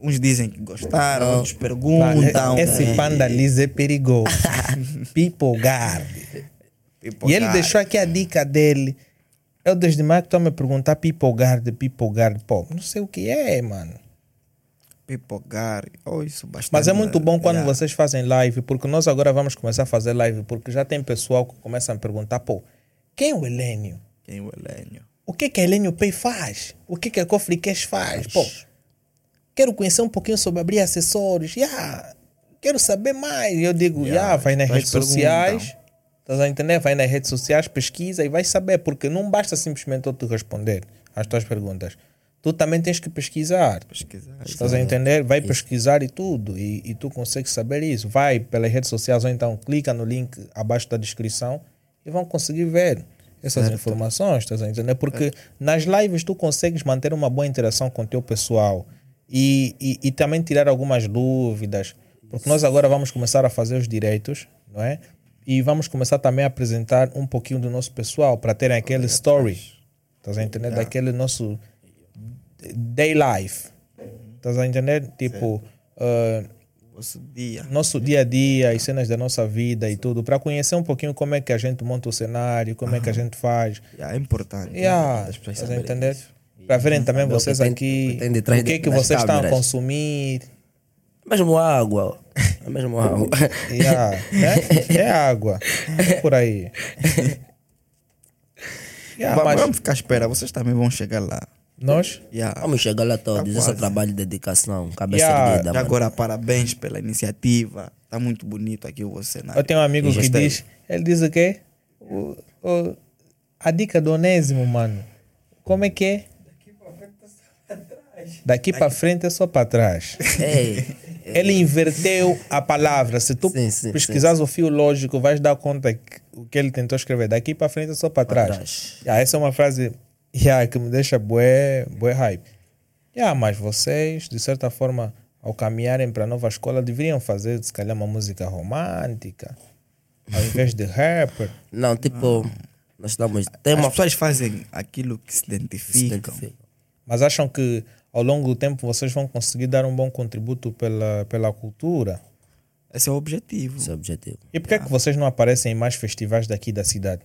uns dizem que gostaram, outros perguntam. né? Então, Esse e- panda liso é perigoso. People guard. E ele Pipogari. deixou aqui a dica dele. Eu desde mais que estou a me perguntar People Guard, People Guard, pô, não sei o que é, mano. pipocar. Oh, isso bastante. Mas é muito bom quando Yeah. vocês fazem live, porque nós agora vamos começar a fazer live, porque já tem pessoal que começa a me perguntar, pô, quem é o Helênio? Quem é o Helênio? O que que a Helênio Pay faz? O que que a Cofre Cash faz? Pô, quero conhecer um pouquinho sobre abrir acessórios. Yeah, quero saber mais. E Eu digo, yeah, Yeah, vai nas faz redes sociais. Estás a entender? Vai nas redes sociais, pesquisa e vais saber. Porque não basta simplesmente eu te responder às tuas perguntas. Tu também tens que pesquisar. Pesquisar. Estás a entender? Vai pesquisar e tudo. E, e tu consegues saber isso. Vai pelas redes sociais ou então clica no link abaixo da descrição e vão conseguir ver essas informações. Estás a entender? Porque nas lives tu consegues manter uma boa interação com o teu pessoal e, e, e também tirar algumas dúvidas. Porque nós agora vamos começar a fazer os direitos, não é? E vamos começar também a apresentar um pouquinho do nosso pessoal para terem aquele story. Estás a entender? Daquele nosso day life. Estás a entender? Tipo, ah, Vosso dia. nosso dia a dia, as cenas da nossa vida e tudo, para conhecer um pouquinho como é que a gente monta o cenário, como é que a gente faz. ah, Yeah, é importante. Yeah, é As pessoas estás a saberem entender? isso. Uhum. Para verem também que vocês tem- aqui, que tem o que detrás é de- que das vocês estão a câmeras. consumir. Mesmo água. É mesmo água. Yeah, né? É água. É por aí. Yeah, Va- mas Vamos ficar à espera, vocês também vão chegar lá. nós, Yeah. Vamos chegar lá todos. Tá Esse é quase. trabalho de dedicação. Cabeça Yeah, erguida, Já mano. agora, parabéns pela iniciativa. Está muito bonito aqui o vosso cenário. eu tenho um amigo que Gostei. diz, ele diz o quê? O- o- a dica do Onésimo, mano. Como é que é? Daqui para frente é só para trás. Ei, Ele inverteu a palavra. Se tu Sim, sim, pesquisares o fio lógico, vais dar conta que o que ele tentou escrever daqui para frente é só para trás. trás. Yeah, essa é uma frase yeah, que me deixa bué, bué hype. Yeah, mas vocês, de certa forma, ao caminharem para a nova escola, deveriam fazer, se calhar, uma música romântica, ao invés de rapper. não, tipo, nós estamos. Tem As uma pessoas fazem aquilo que se identificam. Identificam. Mas acham que ao longo do tempo vocês vão conseguir dar um bom contributo pela, pela cultura? Esse é o objetivo. Esse é o objetivo. E por que é que vocês não aparecem em mais festivais daqui da cidade?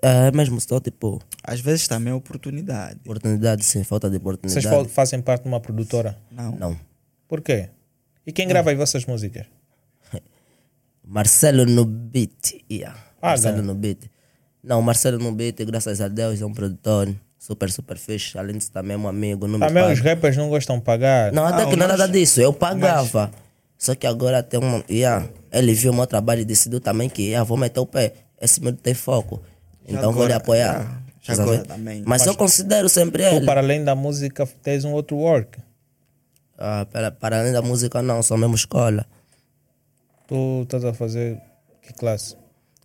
É mesmo só, tipo, Às vezes também é oportunidade. oportunidade sem falta de oportunidade. Vocês fa- fazem parte de uma produtora? Não. Não. Por quê? E quem grava as vossas músicas? Marcelo no beat. Yeah. Ah, Marcelo ganha. no beat. Não, Marcelo no beat, graças a Deus, é um produtor super, super fixe. Além disso, também é um amigo. Não me Também paga. os rappers não gostam de pagar. Não, até Não, que não era nós- nada disso. Eu pagava. Só que agora tem um. Yeah, ele viu o meu trabalho e decidiu também que yeah, vou meter o pé. Esse menino tem foco. Então vou agora, lhe ah, apoiar. já Tá agora vendo? também. Mas, eu considero sempre ele. Tu, para além da música, tens um outro work. Ah, para, para além da música, não, só mesmo escola. Tu estás a fazer que classe?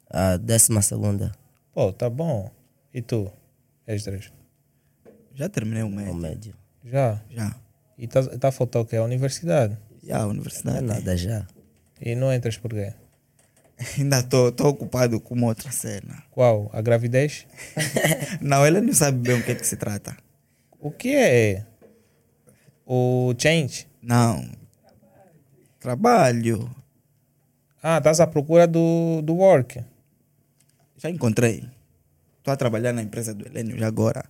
A Ah, décima segunda. Pô, tá bom. E tu? És três. Já terminei o O médio. médio. Já. Já. E tá, tá a faltar o quê? A universidade. Já, a Não é universidade. nada já. E não entras por quê? Ainda estou ocupado com uma outra cena. Qual? A gravidez? Não, ele não sabe bem o que é que se trata. O que é? O change? Não. Trabalho. Ah, estás à procura do, do work. Já encontrei. Estou a trabalhar na empresa do Helênio já agora.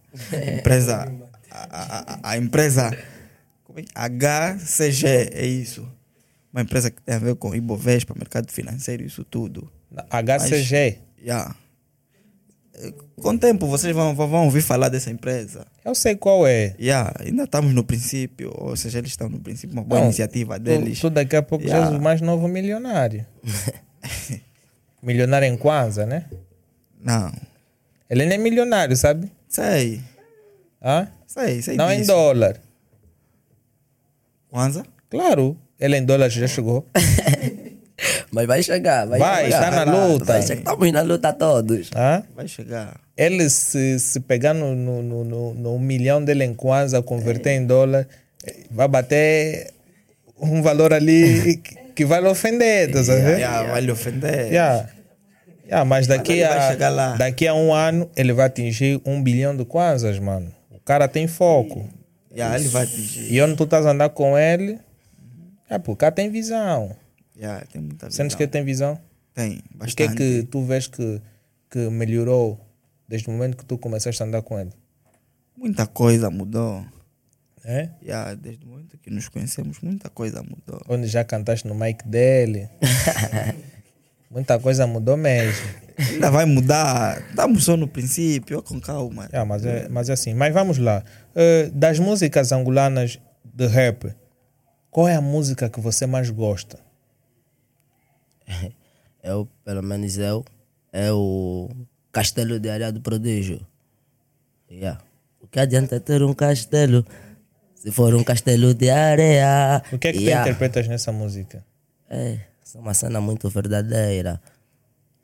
Empresa. A, a- a- a empresa. Como é que- HCG, é isso. Uma empresa que tem a ver com Ibovespa, mercado financeiro, isso tudo. Na HCG. Já. Eh, Com o tempo vocês vão, vão, vão ouvir falar dessa empresa. Eu sei qual é. Yeah, ainda estamos no princípio, ou seja, eles estão no princípio, uma boa Não, iniciativa Tu- deles. Tu, daqui a pouco já Yeah. és o mais novo milionário. milionário em Kwanza, né? Não, Ele nem é milionário, sabe? sei, Hã? sei, sei Não é em disso. dólar. Kwanza? Claro, ele é em dólar já chegou. Mas vai chegar, vai, Vai, chegar. tá na luta. Vai chegar. Estamos na luta todos. Hã? Vai chegar. Ele se, se pegar no, no, no, no, no um milhão dele em Kwanza, converter em dólar, eh, vai bater um valor ali que, que vai lhe ofender, tá Yeah, sabendo? yeah, vai lhe ofender. Yeah. Yeah, mas daqui É. ele vai chegar a, lá. daqui a um ano ele vai atingir um bilhão de kwanzas, mano. O cara tem foco. Yeah, ele vai atingir. E onde tu estás a andar com ele, é porque o cara tem visão. Yeah, tem muita visão. Sentes que ele tem visão? Tem, O que é bastante. que tu vês que, que melhorou desde o momento que tu começaste a andar com ele? Muita coisa mudou. É? Yeah, desde o momento que nos conhecemos, muita coisa mudou. Onde já cantaste no mic dele. Muita coisa mudou mesmo. Ainda vai mudar. Estamos só no princípio, com calma. Ah, mas, é, mas é assim. Mas vamos lá. Eh, das músicas angolanas de rap, qual é a música que você mais gosta? Eu, É pelo menos eu, é o castelo de areia do prodígio. Yeah. O que adianta ter um castelo se for um castelo de areia? O que é que Yeah. tu interpretas nessa música? É, isso é uma cena muito verdadeira.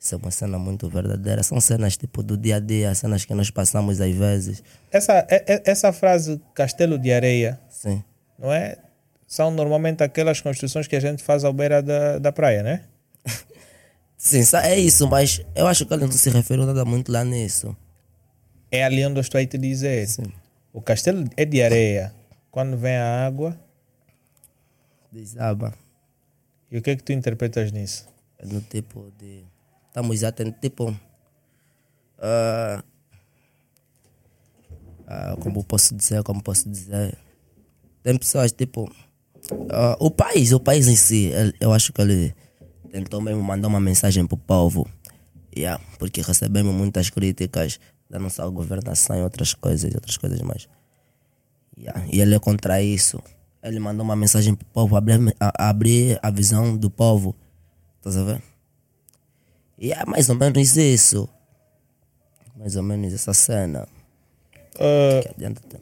Isso é uma cena muito verdadeira. São cenas tipo do dia a dia, cenas que nós passamos às vezes. Essa, é- é- essa frase, castelo de areia, Sim. não é? São normalmente aquelas construções que a gente faz à beira da, da praia, né? Sim, sa- é isso, mas eu acho que ele não se referiu nada muito lá nisso. É ali onde eu estou aí te dizer. Sim. é. O castelo é de areia. Quando vem a água, Desaba. e o que é que tu interpretas nisso? É no tipo de. Estamos atentos, tipo. ah, ah, como posso dizer, como posso dizer. Tem pessoas, tipo. ah, o país, o país em si, ele- eu acho que ele tentou mesmo mandar uma mensagem pro povo. Yeah, porque recebemos muitas críticas da nossa governação e outras coisas, outras coisas mais. Yeah, E ele é contra isso. Ele mandou uma mensagem pro povo, abrir a me- a, abrir a visão do povo. Tá sabendo? E é mais ou menos isso. Mais ou menos essa cena. Ah, Que adianta ter.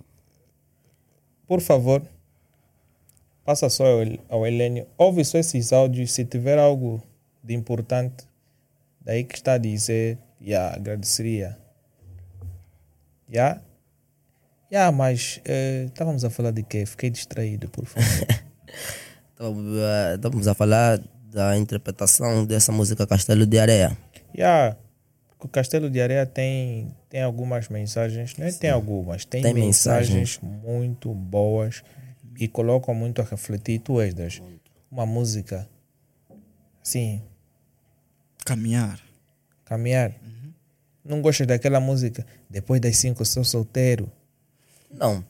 por favor, passa só ao Hel- ao Helênio. Ouve só esses áudios. Se tiver algo de importante, daí que está a dizer, já agradeceria. Já? Já, mas eh, estávamos a falar de quê? Fiquei distraído, por favor. Então, eh, Estamos a falar da interpretação dessa música Castelo de Areia. Já, ah, O Castelo de Areia tem, tem algumas mensagens, não é tem algumas, tem, Tem mensagens, muito boas e colocam muito a refletir. Tu és das uma música, assim, Caminhar. caminhar. Não gostas daquela música? Depois das cinco, sou solteiro. Não.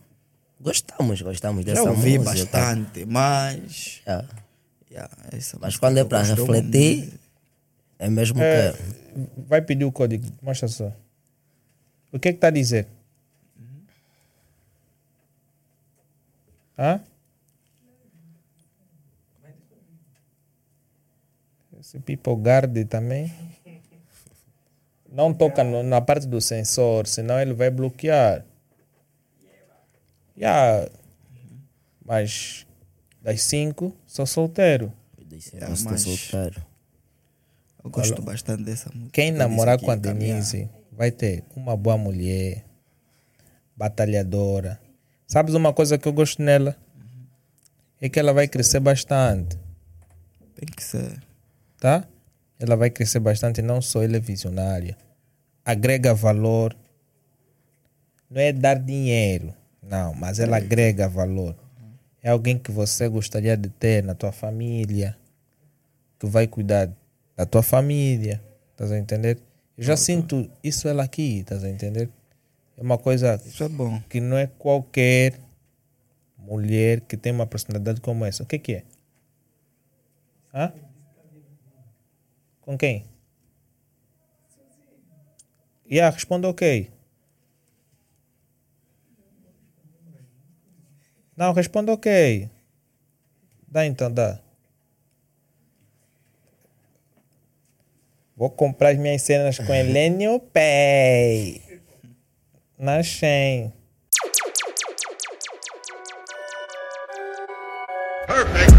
Gostamos, gostamos Já dessa ouvi música. tá? bastante, mas. Yeah. yeah, essa Mas música quando é eu para gosto refletir, muito. é mesmo que. Vai pedir o código, mostra só. O que é que está a dizer? Hã? Esse people guard também. Não toca no- na parte do sensor, senão ele vai bloquear. Yeah. Mas das cinco, sou solteiro. Eu estou mas- solteiro. Eu gosto bastante dessa música. Quem Disse namorar que com a caminhar. Denise vai ter uma boa mulher, batalhadora. Sabes uma coisa que eu gosto nela? É que ela vai crescer bastante, Tem que ser. tá? Ela vai crescer bastante, não só ela é visionária. Agrega valor. Não é dar dinheiro, não, mas ela agrega valor. É alguém que você gostaria de ter na tua família, que vai cuidar da tua família, estás a entender? Eu já sinto isso ela aqui, estás a entender? É uma coisa Isso é bom. que não é qualquer mulher que tem uma personalidade como essa. O que que é? Hã? Com quem? Yeah, responda ok. Não, responda ok. Dá então, dá. Vou comprar as minhas cenas com Helênio Pay. Na Shein. Perfect.